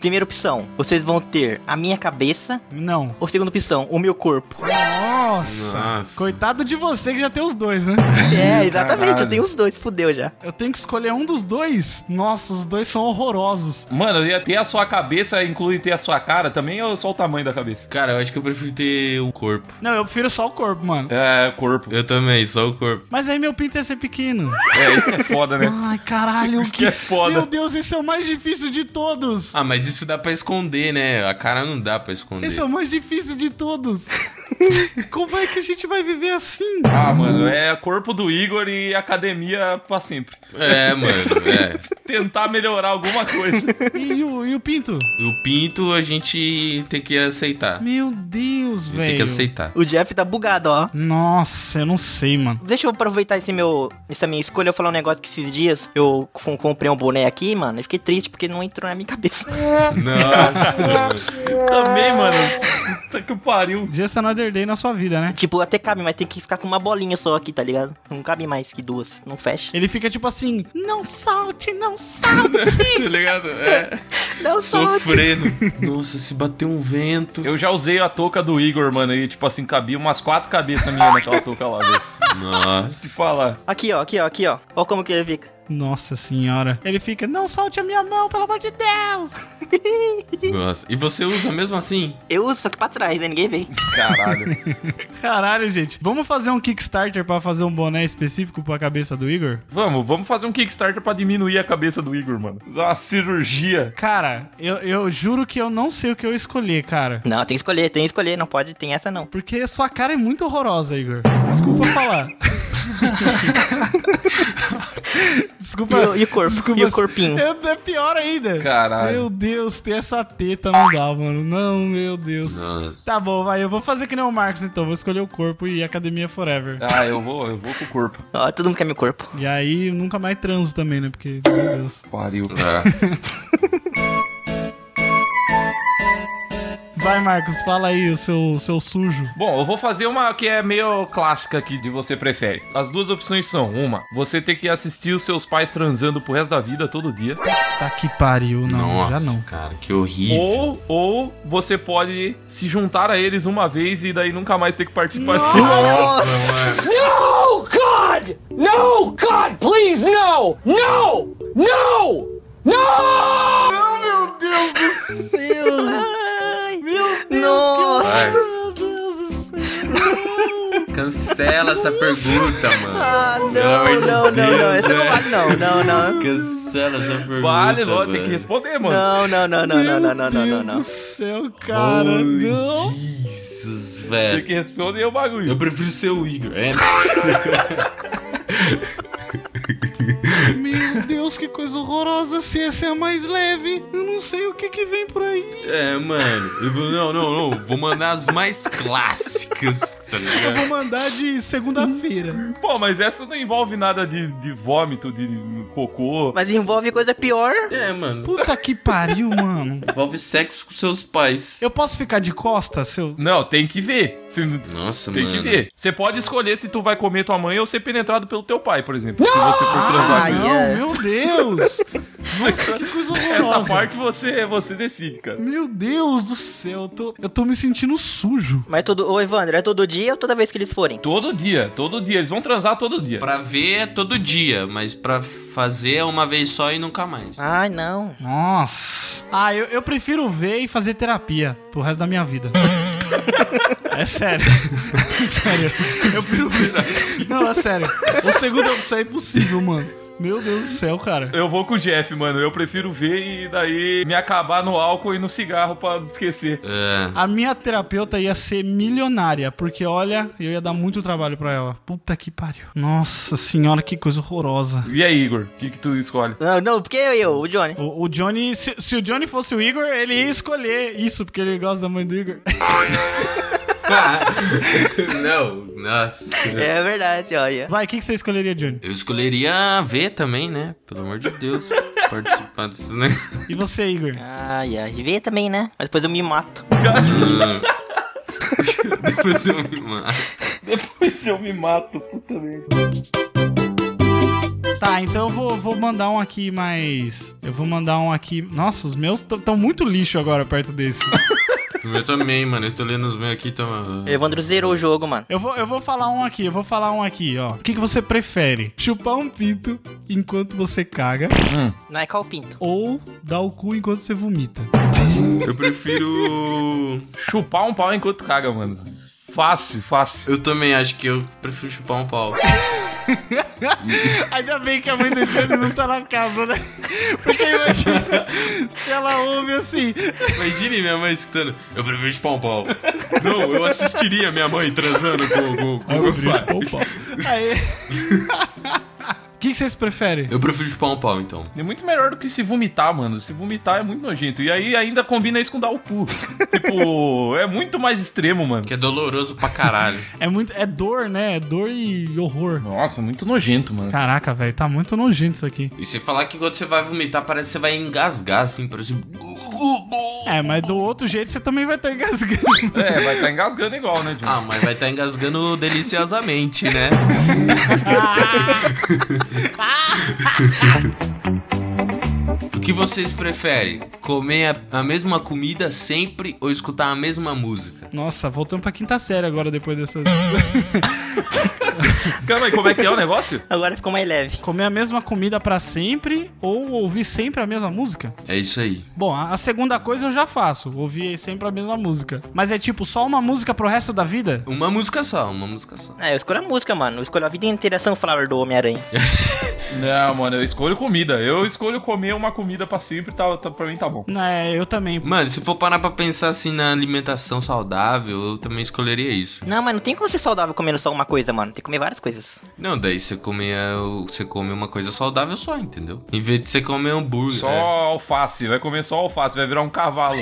[SPEAKER 2] Primeira opção, vocês vão ter a minha cabeça.
[SPEAKER 1] Não.
[SPEAKER 2] Ou segunda opção, o meu corpo.
[SPEAKER 1] Nossa.
[SPEAKER 4] Nossa.
[SPEAKER 1] Coitado de você que já tem os dois, né?
[SPEAKER 2] É, exatamente,
[SPEAKER 3] Caralho.
[SPEAKER 2] eu tenho os dois, fudeu já.
[SPEAKER 1] Eu tenho que escolher um dos dois. Nossa, os dois são horrorosos.
[SPEAKER 3] Mano, eu ia ter a sua cabeça, inclui ter a sua cara também ou só o tamanho da cabeça?
[SPEAKER 4] Cara, eu acho que eu prefiro ter o corpo.
[SPEAKER 1] Não, eu prefiro só o corpo, mano.
[SPEAKER 3] É, corpo.
[SPEAKER 4] Eu também, só o corpo.
[SPEAKER 1] Mas aí meu pinto ia ser pequeno.
[SPEAKER 3] É, isso que é foda, né?
[SPEAKER 1] Ai, caralho.
[SPEAKER 3] Isso que é foda.
[SPEAKER 1] Meu Deus, esse é o mais difícil de todos.
[SPEAKER 4] Ah, mas isso dá pra esconder, né? A cara não dá pra esconder.
[SPEAKER 1] Esse é o mais difícil de todos. Como é que a gente vai viver assim?
[SPEAKER 3] Ah, mano, é corpo do Igor e academia pra sempre.
[SPEAKER 4] É, mano. é.
[SPEAKER 3] Tentar melhorar alguma coisa.
[SPEAKER 1] E o, e o pinto?
[SPEAKER 4] O pinto a gente tem que aceitar.
[SPEAKER 1] Meu Deus,
[SPEAKER 4] A gente tem que
[SPEAKER 1] velho.
[SPEAKER 4] aceitar.
[SPEAKER 2] O Jeff tá bugado, ó.
[SPEAKER 1] Nossa, eu não sei, mano.
[SPEAKER 2] Deixa eu aproveitar esse meu, essa minha escolha. Eu falar um negócio que esses dias eu com- comprei um boné aqui, mano. Eu fiquei triste porque não entrou na minha cabeça.
[SPEAKER 4] Nossa, mano.
[SPEAKER 3] também, mano. Puta que pariu.
[SPEAKER 1] Just another day na sua vida, né?
[SPEAKER 2] tipo, até cabe, mas tem que ficar com uma bolinha só aqui, tá ligado? Não cabe mais que duas, não fecha.
[SPEAKER 1] Ele fica tipo assim, não salte, não salte.
[SPEAKER 4] tá ligado? É.
[SPEAKER 2] Não
[SPEAKER 4] Sofrendo. Nossa, se bater um vento.
[SPEAKER 3] Eu já usei a touca do Igor, mano, e tipo assim, cabia umas quatro cabeças minhas naquela touca lá, velho. Se
[SPEAKER 4] Nossa.
[SPEAKER 3] falar.
[SPEAKER 2] Aqui, ó, aqui, ó, aqui, ó. Ó como que ele fica.
[SPEAKER 1] Nossa senhora. Ele fica, não solte a minha mão, pelo amor de Deus.
[SPEAKER 4] Nossa. E você usa mesmo assim?
[SPEAKER 2] Eu uso, só que pra trás, né? Ninguém vê.
[SPEAKER 3] Caralho.
[SPEAKER 1] Caralho, gente. Vamos fazer um Kickstarter pra fazer um boné específico pra cabeça do Igor?
[SPEAKER 3] Vamos, vamos fazer um Kickstarter pra diminuir a cabeça do Igor, mano. Fazer Uma cirurgia.
[SPEAKER 1] Cara, eu, eu juro que eu não sei o que eu escolher, cara.
[SPEAKER 2] Não, tem que escolher, tem que escolher. Não pode, tem essa não.
[SPEAKER 1] Porque sua cara é muito horrorosa, Igor. Desculpa falar. Desculpa.
[SPEAKER 2] E o- e o corpo?
[SPEAKER 1] Desculpa.
[SPEAKER 2] E o corpinho?
[SPEAKER 1] É, é pior ainda.
[SPEAKER 3] Caralho.
[SPEAKER 1] Meu Deus, ter essa teta não dá, mano. Não, meu Deus.
[SPEAKER 4] Nossa.
[SPEAKER 1] Tá bom, vai. Eu vou fazer que nem o Marcos, então. Vou escolher o corpo e academia forever.
[SPEAKER 3] Ah, eu vou, eu vou com o corpo.
[SPEAKER 2] Ó, todo mundo quer meu corpo.
[SPEAKER 1] E aí, nunca mais transo também, né? Porque, meu Deus.
[SPEAKER 3] Pariu.
[SPEAKER 4] Ah,
[SPEAKER 1] Vai, Marcos, fala aí o seu, seu sujo.
[SPEAKER 3] Bom, eu vou fazer uma que é meio clássica aqui de você prefere. As duas opções são: uma, você ter que assistir os seus pais transando pro resto da vida todo dia.
[SPEAKER 1] Tá que pariu, não.
[SPEAKER 4] nossa,
[SPEAKER 1] Já não.
[SPEAKER 4] cara, que horrível.
[SPEAKER 3] Ou, ou você pode se juntar a eles uma vez e daí nunca mais ter que participar disso.
[SPEAKER 4] Nossa, mano.
[SPEAKER 6] No, God! No, God, please, no! No! No! No!
[SPEAKER 2] Nossa!
[SPEAKER 4] Cancela essa pergunta, mano.
[SPEAKER 2] Ah,
[SPEAKER 4] Pelo amor
[SPEAKER 2] não,
[SPEAKER 4] de
[SPEAKER 2] não, não, não.
[SPEAKER 4] Deus,
[SPEAKER 2] Essa não vale, não, não, não.
[SPEAKER 4] Cancela essa pergunta.
[SPEAKER 3] Vale, lógico, tem que
[SPEAKER 4] mano.
[SPEAKER 3] responder, mano.
[SPEAKER 2] Não, não, não, não, não, não, não,
[SPEAKER 1] Meu
[SPEAKER 2] não, não,
[SPEAKER 1] Deus do
[SPEAKER 2] não.
[SPEAKER 1] céu, cara.
[SPEAKER 4] Holy
[SPEAKER 1] Não.
[SPEAKER 4] Jesus,
[SPEAKER 3] Tem
[SPEAKER 4] velho.
[SPEAKER 3] que responder o bagulho.
[SPEAKER 4] Eu prefiro ser o Igor. É.
[SPEAKER 1] Meu Deus, que coisa horrorosa. Se essa é a mais leve, eu não sei o que que vem por aí.
[SPEAKER 4] É, mano. Eu vou, não, não, não. Vou mandar as mais clássicas, tá ligado?
[SPEAKER 1] Vou mandar de segunda-feira.
[SPEAKER 3] Pô, mas essa não envolve nada de, de vômito, de cocô.
[SPEAKER 2] Mas envolve coisa pior.
[SPEAKER 4] É, mano.
[SPEAKER 1] Puta que pariu, mano.
[SPEAKER 4] Envolve sexo com seus pais.
[SPEAKER 1] Eu posso ficar de costas, seu...
[SPEAKER 3] Não, tem que ver. Se-
[SPEAKER 4] Nossa,
[SPEAKER 3] tem
[SPEAKER 4] mano.
[SPEAKER 3] que ver. Você pode escolher se tu vai comer tua mãe ou ser penetrado pelo teu pai, por exemplo. Se você for
[SPEAKER 4] Ah,
[SPEAKER 3] transar.
[SPEAKER 2] Ai,
[SPEAKER 1] Ah, não,
[SPEAKER 2] é.
[SPEAKER 1] meu Deus. Nossa, que coisa horrorosa.
[SPEAKER 3] Essa parte você, você decide, cara.
[SPEAKER 1] Meu Deus do céu, eu tô, eu tô me sentindo sujo.
[SPEAKER 2] Mas todo. Ô, Evandro, é todo dia ou toda vez que eles forem?
[SPEAKER 3] Todo dia, todo dia. Eles vão transar todo dia.
[SPEAKER 4] Pra ver é todo dia, mas pra fazer é uma vez só e nunca mais.
[SPEAKER 2] Ai, não.
[SPEAKER 1] Nossa. Ah, eu, eu prefiro ver e fazer terapia pro resto da minha vida. É sério. sério. Eu prefiro ver. Não, é sério. O segundo opção é impossível, mano. Meu Deus do céu, cara.
[SPEAKER 3] Eu vou com o Jeff, mano. Eu prefiro ver e daí me acabar no álcool e no cigarro pra esquecer.
[SPEAKER 4] É.
[SPEAKER 1] A minha terapeuta ia ser milionária, porque olha, eu ia dar muito trabalho pra ela. Puta que pariu. Nossa senhora, que coisa horrorosa.
[SPEAKER 3] E aí, Igor? O que, que tu escolhe?
[SPEAKER 2] Não, não, porque eu, eu, o Johnny.
[SPEAKER 1] O, o Johnny, se, se o Johnny fosse o Igor, ele ia escolher isso, porque ele gosta da mãe do Igor.
[SPEAKER 4] não, nossa.
[SPEAKER 2] É verdade, olha.
[SPEAKER 1] Vai, o que, que você escolheria, Johnny?
[SPEAKER 4] Eu escolheria ver também, né? Pelo amor de Deus. Participar desse negócio.
[SPEAKER 1] E você, Igor?
[SPEAKER 2] Ai, ai. Vê também, né? Mas depois eu me mato.
[SPEAKER 4] Depois eu me mato.
[SPEAKER 3] Depois eu me mato, puta merda.
[SPEAKER 1] Tá, então eu vou, vou mandar um aqui mais. Eu vou mandar um aqui. Nossa, os meus estão muito lixo agora perto desse.
[SPEAKER 4] O meu também, mano. Eu tô lendo os meus aqui, tá. mano?
[SPEAKER 2] Evandro zerou o jogo, mano.
[SPEAKER 1] Eu vou, eu vou falar um aqui, eu vou falar um aqui, ó. O que, que você prefere? Chupar um pinto enquanto você caga
[SPEAKER 2] Não é calpinto.
[SPEAKER 1] ou dar o cu enquanto você vomita?
[SPEAKER 4] Eu prefiro.
[SPEAKER 3] Chupar um pau enquanto caga, mano. Fácil, fácil.
[SPEAKER 4] Eu também acho que eu prefiro chupar um pau.
[SPEAKER 1] Ainda bem que a mãe do Johnny não tá na casa, né? Porque imagina se ela ouve assim.
[SPEAKER 4] Imagine minha mãe escutando. Eu prefiro chupar um pau. Não, eu assistiria minha mãe transando com, com, com meu pai.
[SPEAKER 1] Aí. O que, que vocês preferem?
[SPEAKER 4] Eu prefiro chupar um pau, então.
[SPEAKER 3] É muito melhor do que se vomitar, mano. Se vomitar é muito nojento. E aí ainda combina isso com dar o cu. tipo, é muito mais extremo, mano.
[SPEAKER 4] Que é doloroso pra caralho.
[SPEAKER 1] É muito. É dor, né? É dor e horror.
[SPEAKER 3] Nossa, muito nojento, mano.
[SPEAKER 1] Caraca, velho, tá muito nojento isso aqui.
[SPEAKER 4] E você falar que quando você vai vomitar, parece que você vai engasgar, assim, por exemplo.
[SPEAKER 1] É, mas do outro jeito você também vai estar engasgando.
[SPEAKER 3] É, vai tá engasgando igual, né, John?
[SPEAKER 4] Ah, mas vai estar engasgando deliciosamente, né? O que vocês preferem? Comer a, a mesma comida sempre ou escutar a mesma música?
[SPEAKER 1] Nossa, voltando pra quinta série agora depois dessas.
[SPEAKER 3] Calma aí, como é que é o negócio?
[SPEAKER 2] Agora ficou mais leve.
[SPEAKER 1] Comer a mesma comida pra sempre ou ouvir sempre a mesma música?
[SPEAKER 4] É isso aí.
[SPEAKER 1] Bom, a a segunda coisa eu já faço, ouvir sempre a mesma música. Mas é tipo só uma música pro resto da vida?
[SPEAKER 4] Uma música só, uma música só.
[SPEAKER 2] Ah, eu escolho a música, mano. Eu escolho a vida inteira Sunflower do Homem-Aranha.
[SPEAKER 3] Não, mano, eu escolho comida. Eu escolho comer uma comida pra sempre, tá, tá, pra mim tá bom.
[SPEAKER 1] É, eu também.
[SPEAKER 4] Mano, se for parar pra pensar assim na alimentação saudável, eu também escolheria isso.
[SPEAKER 2] Não, mas não tem como ser saudável comendo só uma coisa, mano. Tem que comer várias coisas.
[SPEAKER 4] Não, daí você come, a- você come uma coisa saudável só, entendeu? Em vez de você comer hambúrguer.
[SPEAKER 3] Só alface, vai comer só alface, vai virar um cavalo.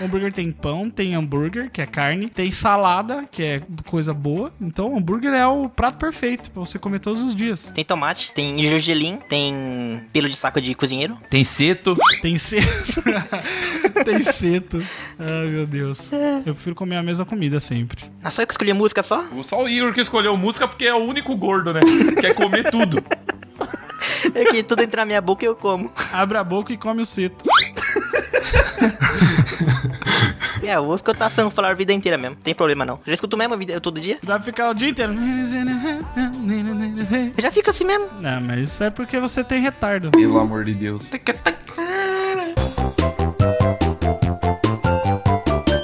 [SPEAKER 1] O hambúrguer tem pão, tem hambúrguer, que é carne, tem salada, que é coisa boa. Então, o hambúrguer é o prato perfeito pra você comer todos os dias.
[SPEAKER 2] Tem tomate, tem gergelim, tem pelo de saco de cozinheiro.
[SPEAKER 3] Tem seto.
[SPEAKER 1] Tem seto. tem seto. Ai, meu Deus. Eu prefiro comer a mesma comida sempre.
[SPEAKER 2] Ah, só eu que escolhi a música só?
[SPEAKER 3] Só o Igor que escolheu música porque é o único gordo, né? Quer comer tudo.
[SPEAKER 2] É que tudo entra na minha boca e eu como.
[SPEAKER 1] Abre a boca e come o seto.
[SPEAKER 2] É, eu vou escutar Sunflower a vida inteira mesmo. Não tem problema não. Já escuto mesmo a vida todo dia?
[SPEAKER 1] Vai ficar o dia inteiro.
[SPEAKER 2] Eu já fico assim mesmo.
[SPEAKER 1] Não, mas isso é porque você tem retardo.
[SPEAKER 3] Pelo amor de Deus.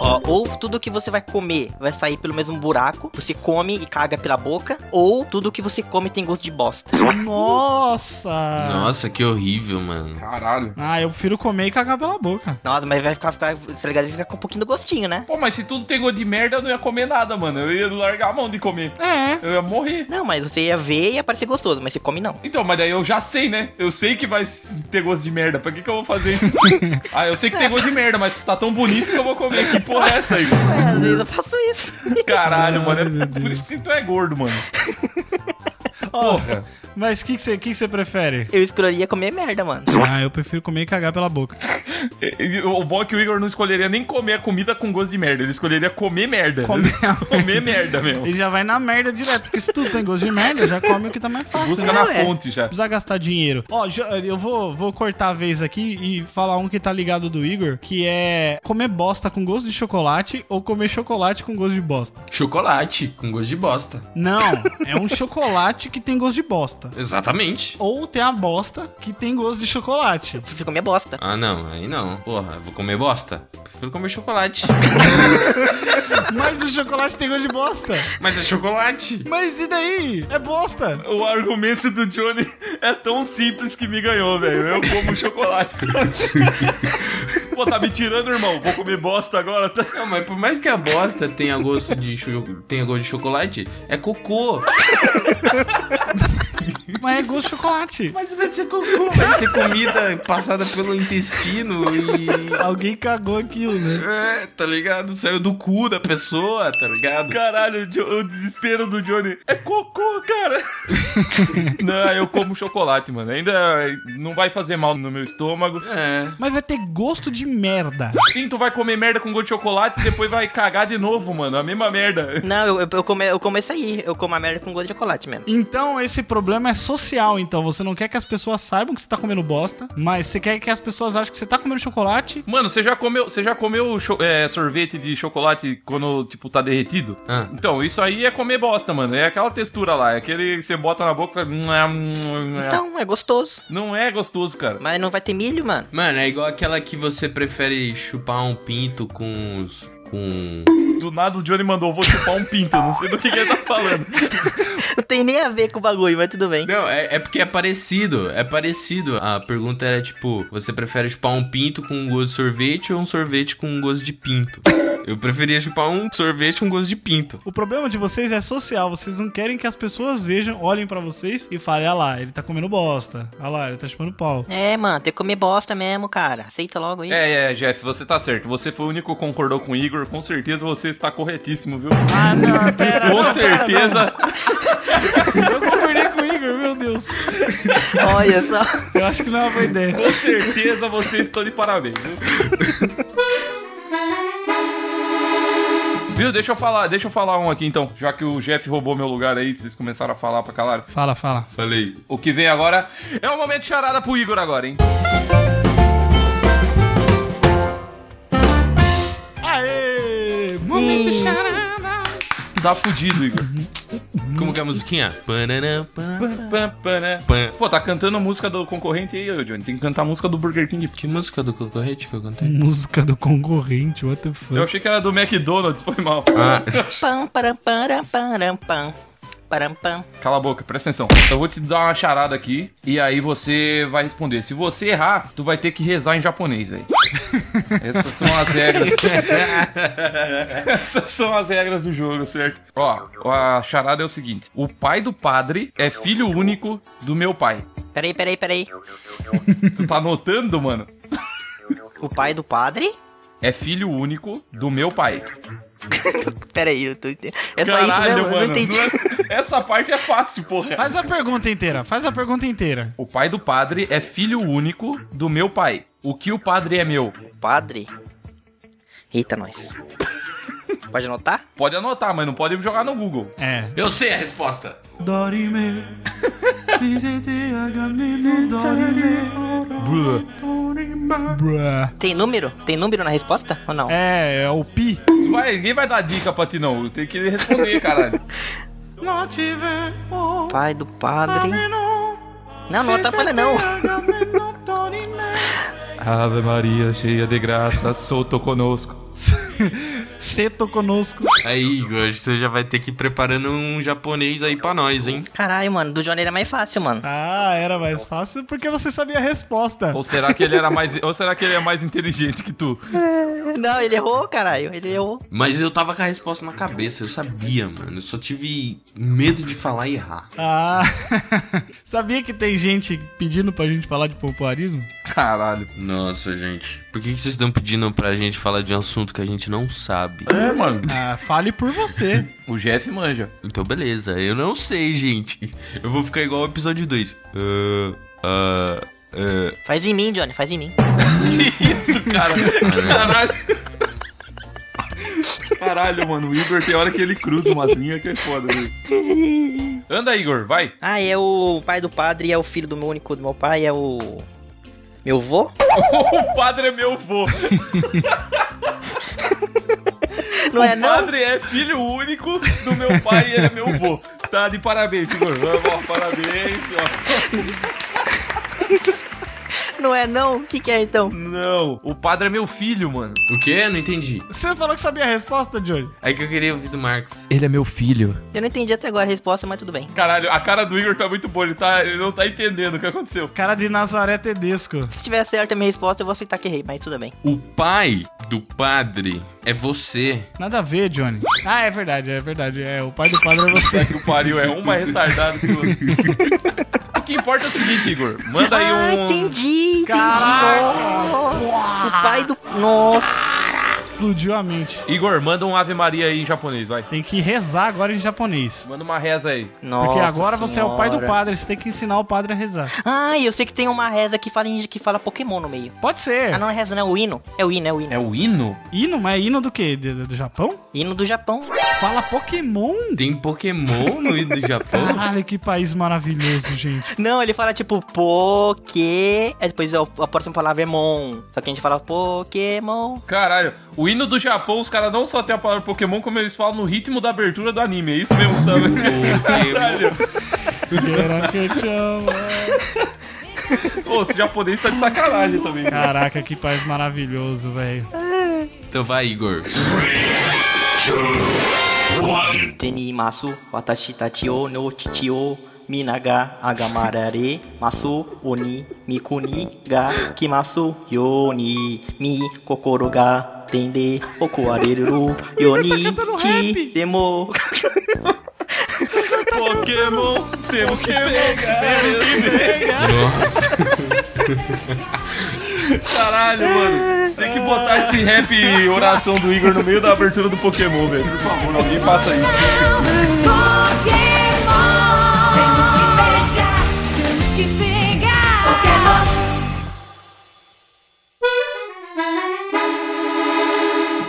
[SPEAKER 2] Ó, ou tudo que você vai comer vai sair pelo mesmo buraco, você come e caga pela boca, ou tudo que você come tem gosto de bosta.
[SPEAKER 1] Nossa!
[SPEAKER 4] Nossa, que horrível, mano.
[SPEAKER 3] Caralho.
[SPEAKER 1] Ah, eu prefiro comer e cagar pela boca.
[SPEAKER 2] Nossa, mas vai ficar, ficar tá ligado? Vai ficar com um pouquinho do gostinho, né?
[SPEAKER 3] Pô, mas se tudo tem gosto de merda, eu não ia comer nada, mano. Eu ia largar a mão de comer.
[SPEAKER 1] É.
[SPEAKER 3] Eu ia morrer.
[SPEAKER 2] Não, mas você ia ver e ia parecer gostoso, mas você come não.
[SPEAKER 3] Então, mas daí eu já sei, né? Eu sei que vai ter gosto de merda. Pra que que eu vou fazer isso? ah, eu sei que tem gosto de merda, mas tá tão bonito que eu vou comer. Que porra é essa aí?
[SPEAKER 2] É, às vezes eu faço isso.
[SPEAKER 3] Caralho, mano. É por isso que tu é gordo, mano.
[SPEAKER 1] Ó,
[SPEAKER 3] Porra.
[SPEAKER 1] mas o que você que que você prefere?
[SPEAKER 2] Eu escolheria comer merda, mano.
[SPEAKER 1] Ah, eu prefiro comer e cagar pela boca.
[SPEAKER 3] E- e O bom é que o Igor não escolheria nem comer a comida com gosto de merda. Ele escolheria comer merda.
[SPEAKER 1] Comer a merda.
[SPEAKER 3] Comer merda mesmo.
[SPEAKER 1] Ele já vai na merda direto, porque se tudo tem gosto de merda, já come o que tá mais fácil.
[SPEAKER 3] Busca
[SPEAKER 1] né?
[SPEAKER 3] na
[SPEAKER 2] Não, é.
[SPEAKER 3] fonte já.
[SPEAKER 1] Precisa gastar dinheiro. Ó, jo- eu vou, vou cortar a vez aqui e falar um que tá ligado do Igor, que é comer bosta com gosto de chocolate ou comer chocolate com gosto de bosta.
[SPEAKER 4] Chocolate, com gosto de bosta.
[SPEAKER 1] Não, é um chocolate que tem gosto de bosta.
[SPEAKER 4] Exatamente.
[SPEAKER 1] Ou tem a bosta que tem gosto de chocolate.
[SPEAKER 2] Eu prefiro comer bosta.
[SPEAKER 4] Ah, não, aí não. Porra, eu vou comer bosta. Prefiro comer chocolate.
[SPEAKER 1] Mas o chocolate tem gosto de bosta.
[SPEAKER 4] Mas é chocolate.
[SPEAKER 1] Mas e daí? É bosta.
[SPEAKER 3] O argumento do Johnny é tão simples que me ganhou, velho. Eu como chocolate. Pô, tá me tirando, irmão. Vou comer bosta agora. Tá?
[SPEAKER 4] Não, mas por mais que a bosta tenha gosto de, cho- tenha gosto de chocolate, é cocô.
[SPEAKER 1] Mas é gosto de chocolate.
[SPEAKER 4] Mas vai ser cocô, vai ser comida passada pelo intestino e.
[SPEAKER 1] Alguém cagou aquilo, né?
[SPEAKER 4] É, tá ligado? Saiu do cu da pessoa, tá ligado?
[SPEAKER 3] Caralho, o Jo- o desespero do Johnny é cocô, cara. não, eu como chocolate, mano. Ainda não vai fazer mal no meu estômago.
[SPEAKER 4] É.
[SPEAKER 1] Mas vai ter gosto de merda.
[SPEAKER 3] Sim, tu vai comer merda com gosto de chocolate e depois vai cagar de novo, mano. A mesma merda.
[SPEAKER 2] Não, eu, eu, eu, como, eu como isso aí. Eu como a merda com gosto de chocolate mesmo.
[SPEAKER 1] Então esse problema problema é social, então. Você não quer que as pessoas saibam que você tá comendo bosta, mas você quer que as pessoas achem que você tá comendo chocolate.
[SPEAKER 3] Mano, você já comeu, você já comeu cho- é, sorvete de chocolate quando, tipo, tá derretido?
[SPEAKER 4] Ah.
[SPEAKER 3] Então, isso aí é comer bosta, mano. É aquela textura lá. É aquele que você bota na boca e fala...
[SPEAKER 2] Então, é gostoso.
[SPEAKER 3] Não é gostoso, cara.
[SPEAKER 2] Mas não vai ter milho, mano.
[SPEAKER 4] Mano, é igual aquela que você prefere chupar um pinto com os. com.
[SPEAKER 3] Do nada o Johnny mandou, vou chupar um pinto. Não sei do que, que ele tá falando.
[SPEAKER 2] Não tem nem a ver com o bagulho, mas tudo bem.
[SPEAKER 4] Não, é, é porque é parecido, é parecido. A pergunta era tipo: você prefere chupar um pinto com um gosto de sorvete ou um sorvete com um gosto de pinto? Eu preferia chupar um sorvete com gosto de pinto.
[SPEAKER 1] O problema de vocês é social. Vocês não querem que as pessoas vejam, olhem pra vocês e falem: ah lá, ele tá comendo bosta. Ah lá, ele tá chupando pau.
[SPEAKER 2] É, mano, tem que comer bosta mesmo, cara. Aceita logo isso.
[SPEAKER 3] É, é, Jeff, você tá certo. Você foi o único que concordou com o Igor. Com certeza você está corretíssimo, viu?
[SPEAKER 1] Ah, não, pera.
[SPEAKER 3] Com certeza.
[SPEAKER 1] Eu concordei com o Igor, meu Deus.
[SPEAKER 2] Olha só.
[SPEAKER 1] Eu acho que não é uma boa ideia.
[SPEAKER 3] Com certeza vocês estão de parabéns, viu? Viu? Deixa eu falar, deixa eu falar um aqui então. Já que o Jeff roubou meu lugar aí, vocês começaram a falar pra calar.
[SPEAKER 1] Fala, fala.
[SPEAKER 4] Falei.
[SPEAKER 3] O que vem agora é o momento de charada pro Igor agora, hein?
[SPEAKER 1] Aê! Momento charada.
[SPEAKER 3] Tá fudido, Igor.
[SPEAKER 4] Como que é a musiquinha? Pananã, pananã,
[SPEAKER 3] Pã, pã, né?
[SPEAKER 4] pã.
[SPEAKER 3] Pô, tá cantando a música do concorrente aí, ô, Johnny. Tem que cantar a música do Burger King.
[SPEAKER 4] Que música do concorrente que eu cantei?
[SPEAKER 1] Música do concorrente, what the fuck.
[SPEAKER 3] Eu achei que era do McDonald's, foi mal.
[SPEAKER 4] Ah,
[SPEAKER 2] Pam, param, param, param, pam. Param, pam.
[SPEAKER 3] Cala a boca, presta atenção. Eu vou te dar uma charada aqui e aí você vai responder. Se você errar, tu vai ter que rezar em japonês, velho. Essas são as regras. Essas são as regras do jogo, certo? Ó, a charada é o seguinte: o pai do padre é filho único do meu pai.
[SPEAKER 2] Peraí, peraí, peraí.
[SPEAKER 3] Tu tá anotando, mano?
[SPEAKER 2] O pai do padre?
[SPEAKER 3] É filho único do meu pai.
[SPEAKER 2] Peraí, eu tô entendendo. É só isso
[SPEAKER 3] Caralho,
[SPEAKER 2] mesmo? Eu
[SPEAKER 3] mano.
[SPEAKER 2] não entendi.
[SPEAKER 3] não é- Essa parte é fácil, porra.
[SPEAKER 1] Faz a pergunta inteira, faz a pergunta inteira.
[SPEAKER 3] O pai do padre é filho único do meu pai. O que o padre é meu?
[SPEAKER 2] Padre? Eita, nós. Pode anotar?
[SPEAKER 3] Pode anotar, mas não pode jogar no Google.
[SPEAKER 1] É.
[SPEAKER 4] eu sei a resposta.
[SPEAKER 1] Dorime. Bruh.
[SPEAKER 2] Tem número? Tem número na resposta ou não?
[SPEAKER 1] É, é o pi.
[SPEAKER 3] Vai, ninguém vai dar dica pra ti, não. Tem que responder, caralho.
[SPEAKER 1] Não tiver o
[SPEAKER 2] Pai do padre. Não, não atrapalha não.
[SPEAKER 3] Ave Maria, cheia de graça, solto conosco.
[SPEAKER 1] Seto conosco.
[SPEAKER 4] Aí, Igor, acho que você já vai ter que ir preparando um japonês aí pra nós, hein?
[SPEAKER 2] Caralho, mano, do Johnny era mais fácil, mano.
[SPEAKER 1] Ah, era mais fácil porque você sabia a resposta.
[SPEAKER 3] Ou será que ele era mais. Ou será que ele é mais inteligente que tu?
[SPEAKER 2] Não, ele errou, caralho. Ele errou.
[SPEAKER 4] Mas eu tava com a resposta na cabeça, eu sabia, mano. Eu só tive medo de falar e errar.
[SPEAKER 1] Ah, sabia que tem gente pedindo pra gente falar de popularismo?
[SPEAKER 3] Caralho.
[SPEAKER 4] Nossa, gente. Por que, que vocês estão pedindo pra gente falar de um assunto que a gente não sabe?
[SPEAKER 3] É, mano.
[SPEAKER 1] Ah, fale por você.
[SPEAKER 3] O Jeff manja.
[SPEAKER 4] Então, beleza. Eu não sei, gente. Eu vou ficar igual o episódio 2. Ah, ah, ah.
[SPEAKER 2] Faz em mim, Johnny, faz em mim.
[SPEAKER 3] Isso, cara. Caralho. Caralho, mano. O Igor tem hora que ele cruza umas linhas que é foda, velho. Anda, Igor, vai.
[SPEAKER 2] Ah, é o pai do padre, é o filho do meu único do meu pai, é o. Meu vô?
[SPEAKER 3] O padre é meu vô.
[SPEAKER 2] Não é
[SPEAKER 3] o
[SPEAKER 2] não?
[SPEAKER 3] padre é filho único do meu pai e ele é meu vô. Tá de parabéns, Igor. Vamos, ó, parabéns, ó.
[SPEAKER 2] Não é não? O que, que é então?
[SPEAKER 3] Não, o padre é meu filho, mano.
[SPEAKER 4] O quê? Não entendi.
[SPEAKER 1] Você falou que sabia a resposta, Johnny.
[SPEAKER 4] É que eu queria ouvir do Marcos.
[SPEAKER 3] Ele é meu filho.
[SPEAKER 2] Eu não entendi até agora a resposta, mas tudo bem.
[SPEAKER 3] Caralho, a cara do Igor tá muito boa, ele, tá, ele não tá entendendo o que aconteceu.
[SPEAKER 1] Cara de Nazaré Tedesco.
[SPEAKER 2] Se tiver certa a minha resposta, eu vou aceitar que errei, mas tudo bem.
[SPEAKER 4] O pai do padre é você.
[SPEAKER 1] Nada a ver, Johnny. Ah, é verdade, é verdade. É, o pai do padre é você.
[SPEAKER 3] Que o pariu é um mais retardado que o outro. O que importa é o seguinte, Igor. Manda aí
[SPEAKER 2] Ah,
[SPEAKER 3] um.
[SPEAKER 2] entendi, entendi.
[SPEAKER 1] Caraca.
[SPEAKER 2] Nossa, O pai do. Nossa.
[SPEAKER 1] Explodiu a mente.
[SPEAKER 3] Igor, manda um Ave Maria aí em japonês, vai.
[SPEAKER 1] Tem que rezar agora em japonês.
[SPEAKER 3] Manda uma reza aí.
[SPEAKER 1] Porque
[SPEAKER 2] Nossa
[SPEAKER 1] agora você é o pai do
[SPEAKER 2] senhora.
[SPEAKER 1] padre, você tem que ensinar o padre a rezar.
[SPEAKER 2] Ah, eu sei que tem uma reza que fala, em- que fala Pokémon no meio.
[SPEAKER 1] Pode ser.
[SPEAKER 2] Ah, não é reza, não, é o hino. É o hino, é o hino.
[SPEAKER 3] É o hino?
[SPEAKER 1] Hino, mas é hino do quê? Do, do Japão?
[SPEAKER 2] Hino do Japão.
[SPEAKER 1] Fala Pokémon?
[SPEAKER 4] Tem Pokémon no do Japão?
[SPEAKER 1] Caralho, que país maravilhoso, gente.
[SPEAKER 2] Não, ele fala tipo Poké. Aí depois ó, a próxima palavra é Mon. Só que a gente fala Pokémon.
[SPEAKER 3] Caralho, o hino do Japão, os caras não só tem a palavra Pokémon, como eles falam no ritmo da abertura do anime. É isso mesmo, Stanley. Caralho.
[SPEAKER 1] Hirakechan.
[SPEAKER 3] Ô, esse japonês tá de sacanagem também.
[SPEAKER 1] Caraca, que país maravilhoso, velho.
[SPEAKER 4] então vai, Igor.
[SPEAKER 2] Teni masu, watashi tachi o no chichi o minaga agamarare masu oni mikuni ga kimasu yoni mi kokoro ga tende okuareru yoni
[SPEAKER 1] cantando
[SPEAKER 2] ki
[SPEAKER 1] rap.
[SPEAKER 2] demo.
[SPEAKER 3] Pokémon, temos que pegar. Temos que pegar.
[SPEAKER 4] Nossa.
[SPEAKER 3] Caralho, mano. Tem que botar esse rap e oração do Igor no meio da abertura do Pokémon, velho. Por favor, alguém faça isso.
[SPEAKER 7] Pokémon. Temos que pegar, temos que pegar Pokémon.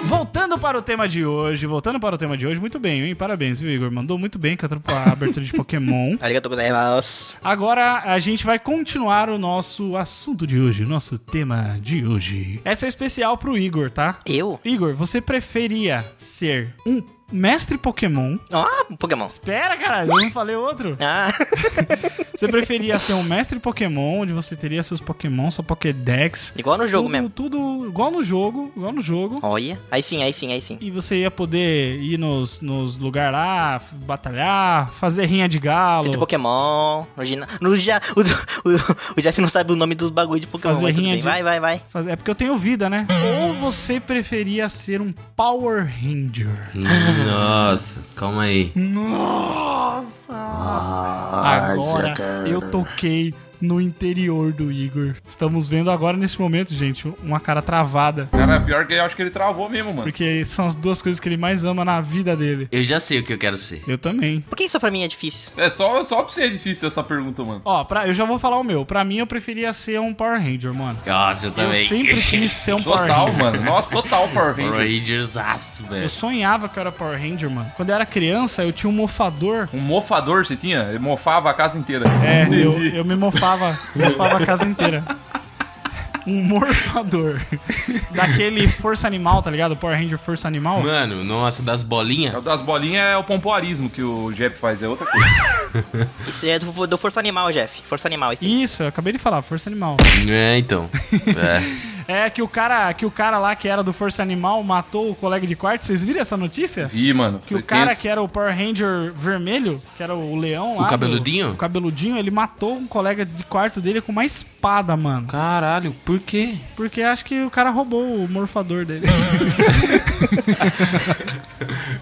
[SPEAKER 1] Voltando para o tema de hoje, voltando para o tema de hoje, muito bem, hein? Parabéns, viu, Igor? Mandou muito bem com a tropa- a abertura de Pokémon.
[SPEAKER 2] Arigatou gozaimasu.
[SPEAKER 1] Agora a gente vai continuar o nosso assunto de hoje, o nosso tema de hoje. Essa é especial pro Igor, tá?
[SPEAKER 2] Eu?
[SPEAKER 1] Igor, você preferia ser um mestre Pokémon?
[SPEAKER 2] Ah, Pokémon.
[SPEAKER 1] Espera, caralho, eu não falei outro.
[SPEAKER 2] Ah,
[SPEAKER 1] Você preferia ser um mestre Pokémon, onde você teria seus Pokémon, sua Pokédex.
[SPEAKER 2] igual no jogo
[SPEAKER 1] tudo,
[SPEAKER 2] mesmo.
[SPEAKER 1] Tudo igual no jogo, igual no jogo.
[SPEAKER 2] Olha, aí sim, aí sim, aí sim.
[SPEAKER 1] E você ia poder ir nos, nos lugares lá, f- batalhar, fazer rinha de
[SPEAKER 2] Feito
[SPEAKER 1] galo,
[SPEAKER 2] é Pokémon, no, gina... no ja... o, o, o Jeff não sabe o nome dos bagulho de Pokémon.
[SPEAKER 1] Fazer
[SPEAKER 2] mas tudo
[SPEAKER 1] rinha
[SPEAKER 2] bem.
[SPEAKER 1] de-
[SPEAKER 2] Vai, vai, vai.
[SPEAKER 1] fazer- É porque eu tenho vida, né? Ou você preferia ser um Power Ranger?
[SPEAKER 4] Nossa, calma aí.
[SPEAKER 1] Ah, agora eu toquei no interior do Igor. Estamos vendo agora, nesse momento, gente, uma cara travada.
[SPEAKER 3] Cara, pior que eu acho que ele travou mesmo, mano.
[SPEAKER 1] Porque são as duas coisas que ele mais ama na vida dele.
[SPEAKER 4] Eu já sei o que eu quero ser.
[SPEAKER 1] Eu também.
[SPEAKER 2] Por que isso pra mim é difícil?
[SPEAKER 3] É só, só pra você é difícil essa pergunta, mano.
[SPEAKER 1] Ó, pra, eu já vou falar o meu. Pra mim, eu preferia ser um Power Ranger, mano.
[SPEAKER 4] Nossa, eu também.
[SPEAKER 1] Eu sempre quis ser um Power
[SPEAKER 3] Total,
[SPEAKER 1] Ranger.
[SPEAKER 3] mano. Nossa, total, Power Ranger.
[SPEAKER 4] Rangers aço, velho.
[SPEAKER 1] Eu sonhava que eu era Power Ranger, mano. Quando eu era criança, eu tinha um mofador.
[SPEAKER 3] Um mofador você tinha? Ele mofava a casa inteira.
[SPEAKER 1] É, eu,
[SPEAKER 3] Entendi.
[SPEAKER 1] eu me mofava, mofava a casa inteira. Um morfador. Daquele Força Animal, tá ligado? Power Ranger Força Animal.
[SPEAKER 4] Mano, nossa, das bolinhas.
[SPEAKER 3] É O das bolinhas é o pompoarismo que o Jeff faz, é outra coisa.
[SPEAKER 2] Isso é do, do Força Animal, Jeff. Força Animal, isso.
[SPEAKER 1] Isso, eu acabei de falar, Força Animal.
[SPEAKER 4] É, então. É.
[SPEAKER 1] É que o cara, que o cara lá que era do Força Animal matou o colega de quarto. Vocês viram essa notícia?
[SPEAKER 3] Vi, mano.
[SPEAKER 1] Que o
[SPEAKER 3] Foi
[SPEAKER 1] cara
[SPEAKER 3] tenso.
[SPEAKER 1] que era o Power Ranger vermelho, que era o leão lá.
[SPEAKER 4] O
[SPEAKER 1] do-
[SPEAKER 4] cabeludinho?
[SPEAKER 1] o cabeludinho, ele matou um colega de quarto dele com uma espada, mano.
[SPEAKER 4] Caralho, por quê?
[SPEAKER 1] Porque acho que o cara roubou o morfador dele.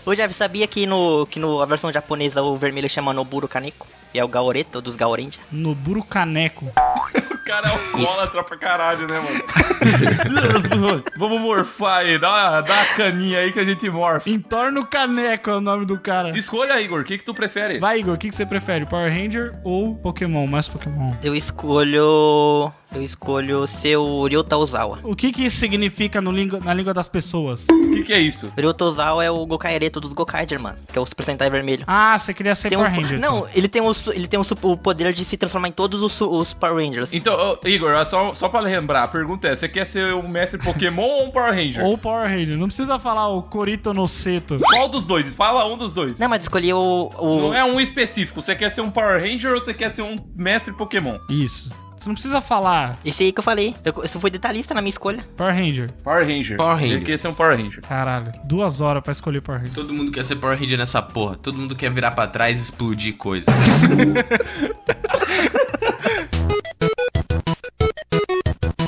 [SPEAKER 2] Ô, Jeff, sabia que no, que no a versão japonesa o vermelho chama Noburo Kaneko? E é o Gaoreto dos Gaorenja?
[SPEAKER 1] Noburo Caneco.
[SPEAKER 3] O cara é alcoólatra pra caralho, né, mano? Vamos morfar aí, dá, dá a caninha aí que a gente morfa.
[SPEAKER 1] Entorno Caneco é o nome do cara.
[SPEAKER 3] Escolha, Igor, o que, que tu prefere?
[SPEAKER 1] Vai, Igor, o que, que você prefere? Power Ranger ou Pokémon? Mais Pokémon.
[SPEAKER 2] Eu escolho. Eu escolho ser o Ryota Ozawa.
[SPEAKER 1] O que, que isso significa no língua- na língua das pessoas?
[SPEAKER 3] O que, que é isso?
[SPEAKER 2] Ryota Ozawa é o Gokaireto dos Gokaider, mano. Que é o Super Sentai vermelho.
[SPEAKER 1] Ah, você queria ser
[SPEAKER 2] Tem um-
[SPEAKER 1] Power então. Ranger.
[SPEAKER 2] não, ele tem, o, su- ele tem o, su- o poder de se transformar em todos os, su- os Power Rangers.
[SPEAKER 3] Então, ô, Igor, ó, só, só pra lembrar, a pergunta é: você quer ser um mestre Pokémon ou um Power Ranger?
[SPEAKER 1] então. Ou Power Ranger. Não precisa falar o Corito no Seto.
[SPEAKER 3] Qual dos dois? Fala um dos dois.
[SPEAKER 2] Não, mas escolhi o. o-
[SPEAKER 3] Não é um específico. Você quer ser um Power Ranger ou você quer ser um mestre Pokémon?
[SPEAKER 1] Isso. Você não precisa falar
[SPEAKER 2] Esse aí que eu falei. Eu, isso foi detalhista na minha escolha.
[SPEAKER 1] Power Ranger.
[SPEAKER 3] Power Ranger.
[SPEAKER 4] Power Ranger.
[SPEAKER 3] Ele quer ser um Power Ranger.
[SPEAKER 1] Caralho, duas horas pra escolher Power Ranger.
[SPEAKER 4] Todo mundo quer ser Power Ranger nessa porra. Todo mundo quer virar pra trás e explodir coisa.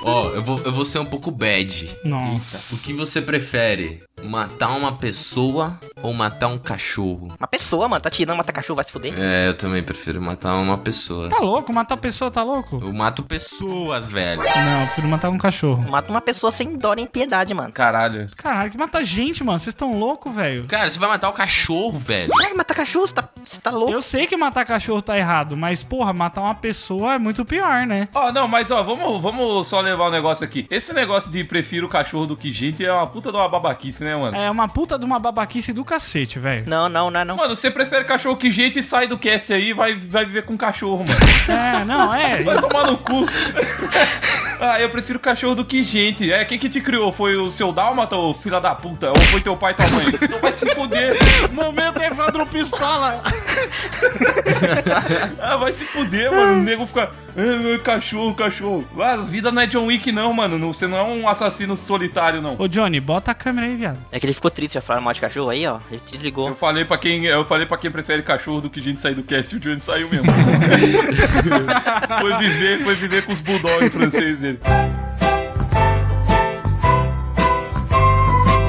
[SPEAKER 4] Ó, eu, vou, eu vou ser um pouco bad.
[SPEAKER 1] Nossa.
[SPEAKER 4] O que você prefere? Matar uma pessoa ou matar um cachorro?
[SPEAKER 2] Uma pessoa, mano, tá tirando, mata cachorro, vai se fuder.
[SPEAKER 4] É, eu também prefiro matar uma pessoa.
[SPEAKER 1] Tá louco? Matar pessoa tá louco?
[SPEAKER 4] Eu mato pessoas, velho.
[SPEAKER 1] Não, eu prefiro matar um cachorro.
[SPEAKER 2] Mata uma pessoa sem dó nem piedade, mano.
[SPEAKER 3] Caralho.
[SPEAKER 1] Caralho, que matar gente, mano. Vocês tão louco, velho.
[SPEAKER 4] Cara, você vai matar o cachorro, velho.
[SPEAKER 2] Ai, mata cachorro, você tá, você tá louco.
[SPEAKER 1] Eu sei que matar cachorro tá errado, mas, porra, matar uma pessoa é muito pior, né?
[SPEAKER 3] Ó, não, mas ó, vamos, vamos só levar o negócio aqui. Esse negócio de prefiro cachorro do que gente é uma puta de uma babaquice, né, né, mano?
[SPEAKER 1] É uma puta de uma babaquice do cacete, velho.
[SPEAKER 2] Não, não, não, é não.
[SPEAKER 3] Mano, você prefere cachorro que jeito e sai do cast aí e vai, vai viver com cachorro, mano.
[SPEAKER 1] É, não, é.
[SPEAKER 3] Vai tomar no cu. Ah, eu prefiro cachorro do que gente. É, quem que te criou? Foi o seu dálmata, ô filha da puta? Ou foi teu pai e tua mãe? Então vai se fuder.
[SPEAKER 1] Momento Evandro Pistola.
[SPEAKER 3] Ah, vai se fuder, mano. O nego fica. "Ah, Cachorro, cachorro. Ah, vida não é John Wick, não, mano. Não- Você não é um assassino solitário, não.
[SPEAKER 1] Ô, Johnny, bota a câmera aí, viado.
[SPEAKER 2] É que ele ficou triste, já falaram mal de cachorro aí, ó. Ele desligou.
[SPEAKER 3] Eu falei pra quem, eu falei para quem prefere cachorro do que gente sair do cast, o Johnny saiu mesmo. foi viver, foi viver com os bulldogs francês dele.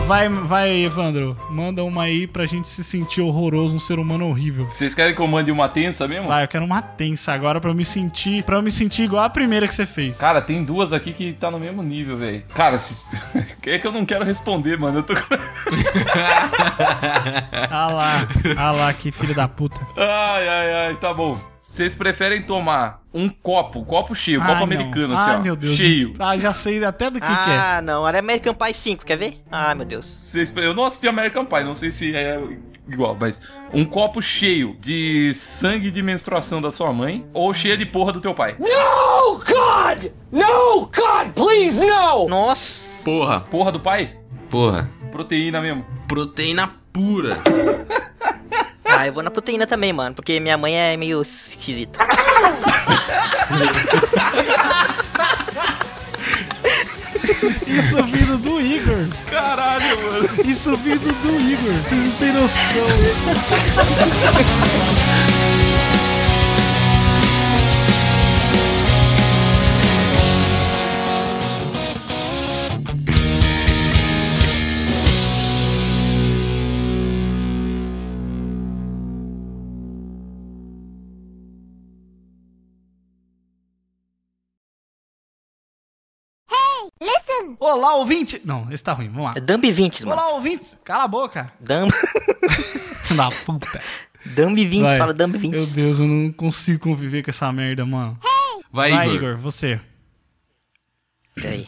[SPEAKER 1] Vai, vai, Evandro. Manda uma aí pra gente se sentir horroroso, um ser humano horrível.
[SPEAKER 3] Vocês querem que eu mande uma tensa mesmo?
[SPEAKER 1] Vai, eu quero uma tensa agora pra eu me sentir. para eu me sentir igual a primeira que você fez.
[SPEAKER 3] Cara, tem duas aqui que tá no mesmo nível, velho. Cara, se... é que eu não quero responder, mano. Eu tô com-
[SPEAKER 1] Ah lá, ah lá, que filho da puta.
[SPEAKER 3] Ai, ai, ai, tá bom. Vocês preferem tomar um copo, copo cheio,
[SPEAKER 1] Ah,
[SPEAKER 3] copo
[SPEAKER 1] não.
[SPEAKER 3] americano,
[SPEAKER 1] ah,
[SPEAKER 3] assim, ó.
[SPEAKER 1] meu Deus.
[SPEAKER 3] cheio.
[SPEAKER 1] Ah, já sei até do que que é.
[SPEAKER 2] ah, não, era American Pie 5, quer ver? Ah, meu Deus.
[SPEAKER 3] Vocês pre- Eu não assisti American Pie, não sei se é igual, mas um copo cheio de sangue de menstruação da sua mãe ou cheio de porra do teu pai.
[SPEAKER 6] No, God! No, God, please,
[SPEAKER 1] Oh.
[SPEAKER 6] no!
[SPEAKER 2] Nossa,
[SPEAKER 4] Porra,
[SPEAKER 3] Porra do pai?
[SPEAKER 4] porra.
[SPEAKER 3] Proteína mesmo.
[SPEAKER 4] Proteína pura.
[SPEAKER 2] ah, eu vou na proteína também, mano, porque minha mãe é meio esquisita.
[SPEAKER 1] Isso vindo do Igor.
[SPEAKER 3] Caralho, mano.
[SPEAKER 1] Isso vindo do Igor. Vocês não têm noção. Olá, ouvinte. Não, esse tá ruim. Vamos lá.
[SPEAKER 2] É Dumb 20, mano.
[SPEAKER 1] Olá, ouvinte. Cala a boca.
[SPEAKER 2] Dumb,
[SPEAKER 1] Na puta.
[SPEAKER 2] Dumb 20,
[SPEAKER 1] Vai.
[SPEAKER 2] fala Dumb 20.
[SPEAKER 1] Meu Deus, eu não consigo conviver com essa merda, mano.
[SPEAKER 2] É
[SPEAKER 4] Vai,
[SPEAKER 1] Vai,
[SPEAKER 4] Igor.
[SPEAKER 1] Igor, você.
[SPEAKER 2] Peraí.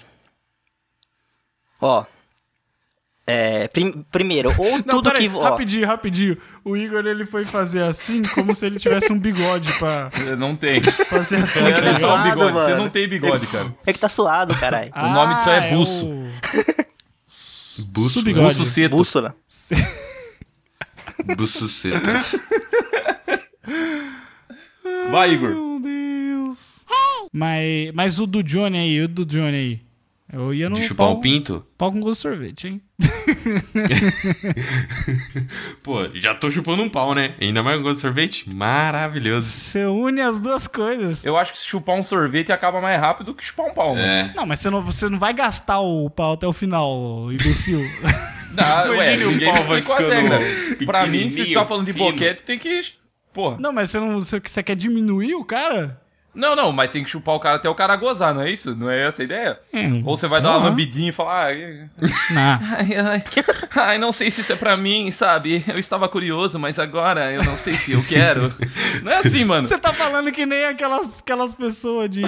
[SPEAKER 2] Ó. É. prim- primeiro, ou
[SPEAKER 1] Não,
[SPEAKER 2] tudo
[SPEAKER 1] peraí,
[SPEAKER 2] que. Ó,
[SPEAKER 1] rapidinho, rapidinho. O Igor, ele foi fazer assim, como se ele tivesse um bigode pra
[SPEAKER 3] Não tem.
[SPEAKER 1] fazer assim.
[SPEAKER 3] Você
[SPEAKER 1] tá
[SPEAKER 3] é só
[SPEAKER 1] ligado?
[SPEAKER 2] zoado,
[SPEAKER 3] um bigode. Você
[SPEAKER 2] mano.
[SPEAKER 3] não tem bigode, cara.
[SPEAKER 2] é que tá suado, caralho.
[SPEAKER 1] Ah,
[SPEAKER 3] nome disso é buço.
[SPEAKER 1] o-
[SPEAKER 4] Buço,
[SPEAKER 1] Subigode.
[SPEAKER 3] Buço cedo.
[SPEAKER 2] Bússola.
[SPEAKER 4] Buçuceta.
[SPEAKER 3] Vai, Igor.
[SPEAKER 1] Meu Deus. Mas, mas o do Johnny aí, o do Johnny aí. Eu ia no
[SPEAKER 4] De chupar
[SPEAKER 1] pau,
[SPEAKER 4] um pinto?
[SPEAKER 1] pau com gosto de sorvete, hein?
[SPEAKER 4] Pô, já tô chupando um pau, né? Ainda mais com gosto de sorvete? Maravilhoso.
[SPEAKER 1] Você une as duas coisas.
[SPEAKER 3] Eu acho que se chupar um sorvete acaba mais rápido que chupar um pau, mano.
[SPEAKER 4] É.
[SPEAKER 1] Não, mas você não, você não vai gastar o pau até o final, imbecil.
[SPEAKER 3] Não, ué,
[SPEAKER 4] Imagina o
[SPEAKER 3] ninguém
[SPEAKER 4] pau vai
[SPEAKER 3] com a
[SPEAKER 4] ficando
[SPEAKER 3] regra. Pra mim, se
[SPEAKER 4] pequenininho,
[SPEAKER 3] tá falando de
[SPEAKER 4] fino.
[SPEAKER 3] boquete, tem que. Porra.
[SPEAKER 1] não, mas você não. Você, você quer diminuir o cara?
[SPEAKER 3] Não, não, mas tem que chupar o cara até o cara gozar, não é isso? Não é essa a ideia?
[SPEAKER 1] É,
[SPEAKER 3] Ou você vai
[SPEAKER 1] sei
[SPEAKER 3] dar uma
[SPEAKER 1] lá.
[SPEAKER 3] lambidinha e falar. Ai,
[SPEAKER 1] Não.
[SPEAKER 3] ai, ai, ai, não sei se isso é pra mim, sabe? Eu estava curioso, mas agora eu não sei se eu quero. Não é assim, mano.
[SPEAKER 1] Você tá falando que nem aquelas, aquelas pessoas de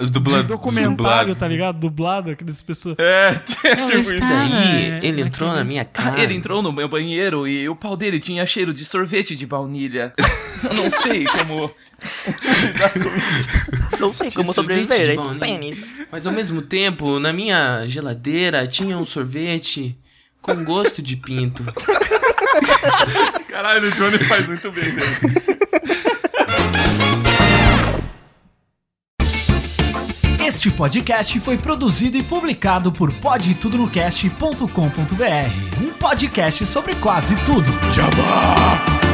[SPEAKER 4] Os dublados.
[SPEAKER 1] documentário, tá ligado? Dublado, aquelas pessoas.
[SPEAKER 3] É, tipo isso.
[SPEAKER 1] é.
[SPEAKER 4] Aí, ele entrou na minha
[SPEAKER 3] Ah,
[SPEAKER 4] cara.
[SPEAKER 3] Ele entrou no meu banheiro e o pau dele tinha cheiro de sorvete de baunilha. Eu não sei como.
[SPEAKER 2] Não sei como
[SPEAKER 4] sorvete
[SPEAKER 2] sobreviver, é
[SPEAKER 4] de
[SPEAKER 2] hein?
[SPEAKER 4] baunilha.
[SPEAKER 2] Pênis.
[SPEAKER 4] Mas ao mesmo tempo, na minha geladeira tinha um sorvete com gosto de pinto.
[SPEAKER 3] Caralho, o Johnny faz muito bem, velho.
[SPEAKER 8] Este podcast foi produzido e publicado por podtudonocast.com.br, um podcast sobre quase tudo.
[SPEAKER 4] Jabá!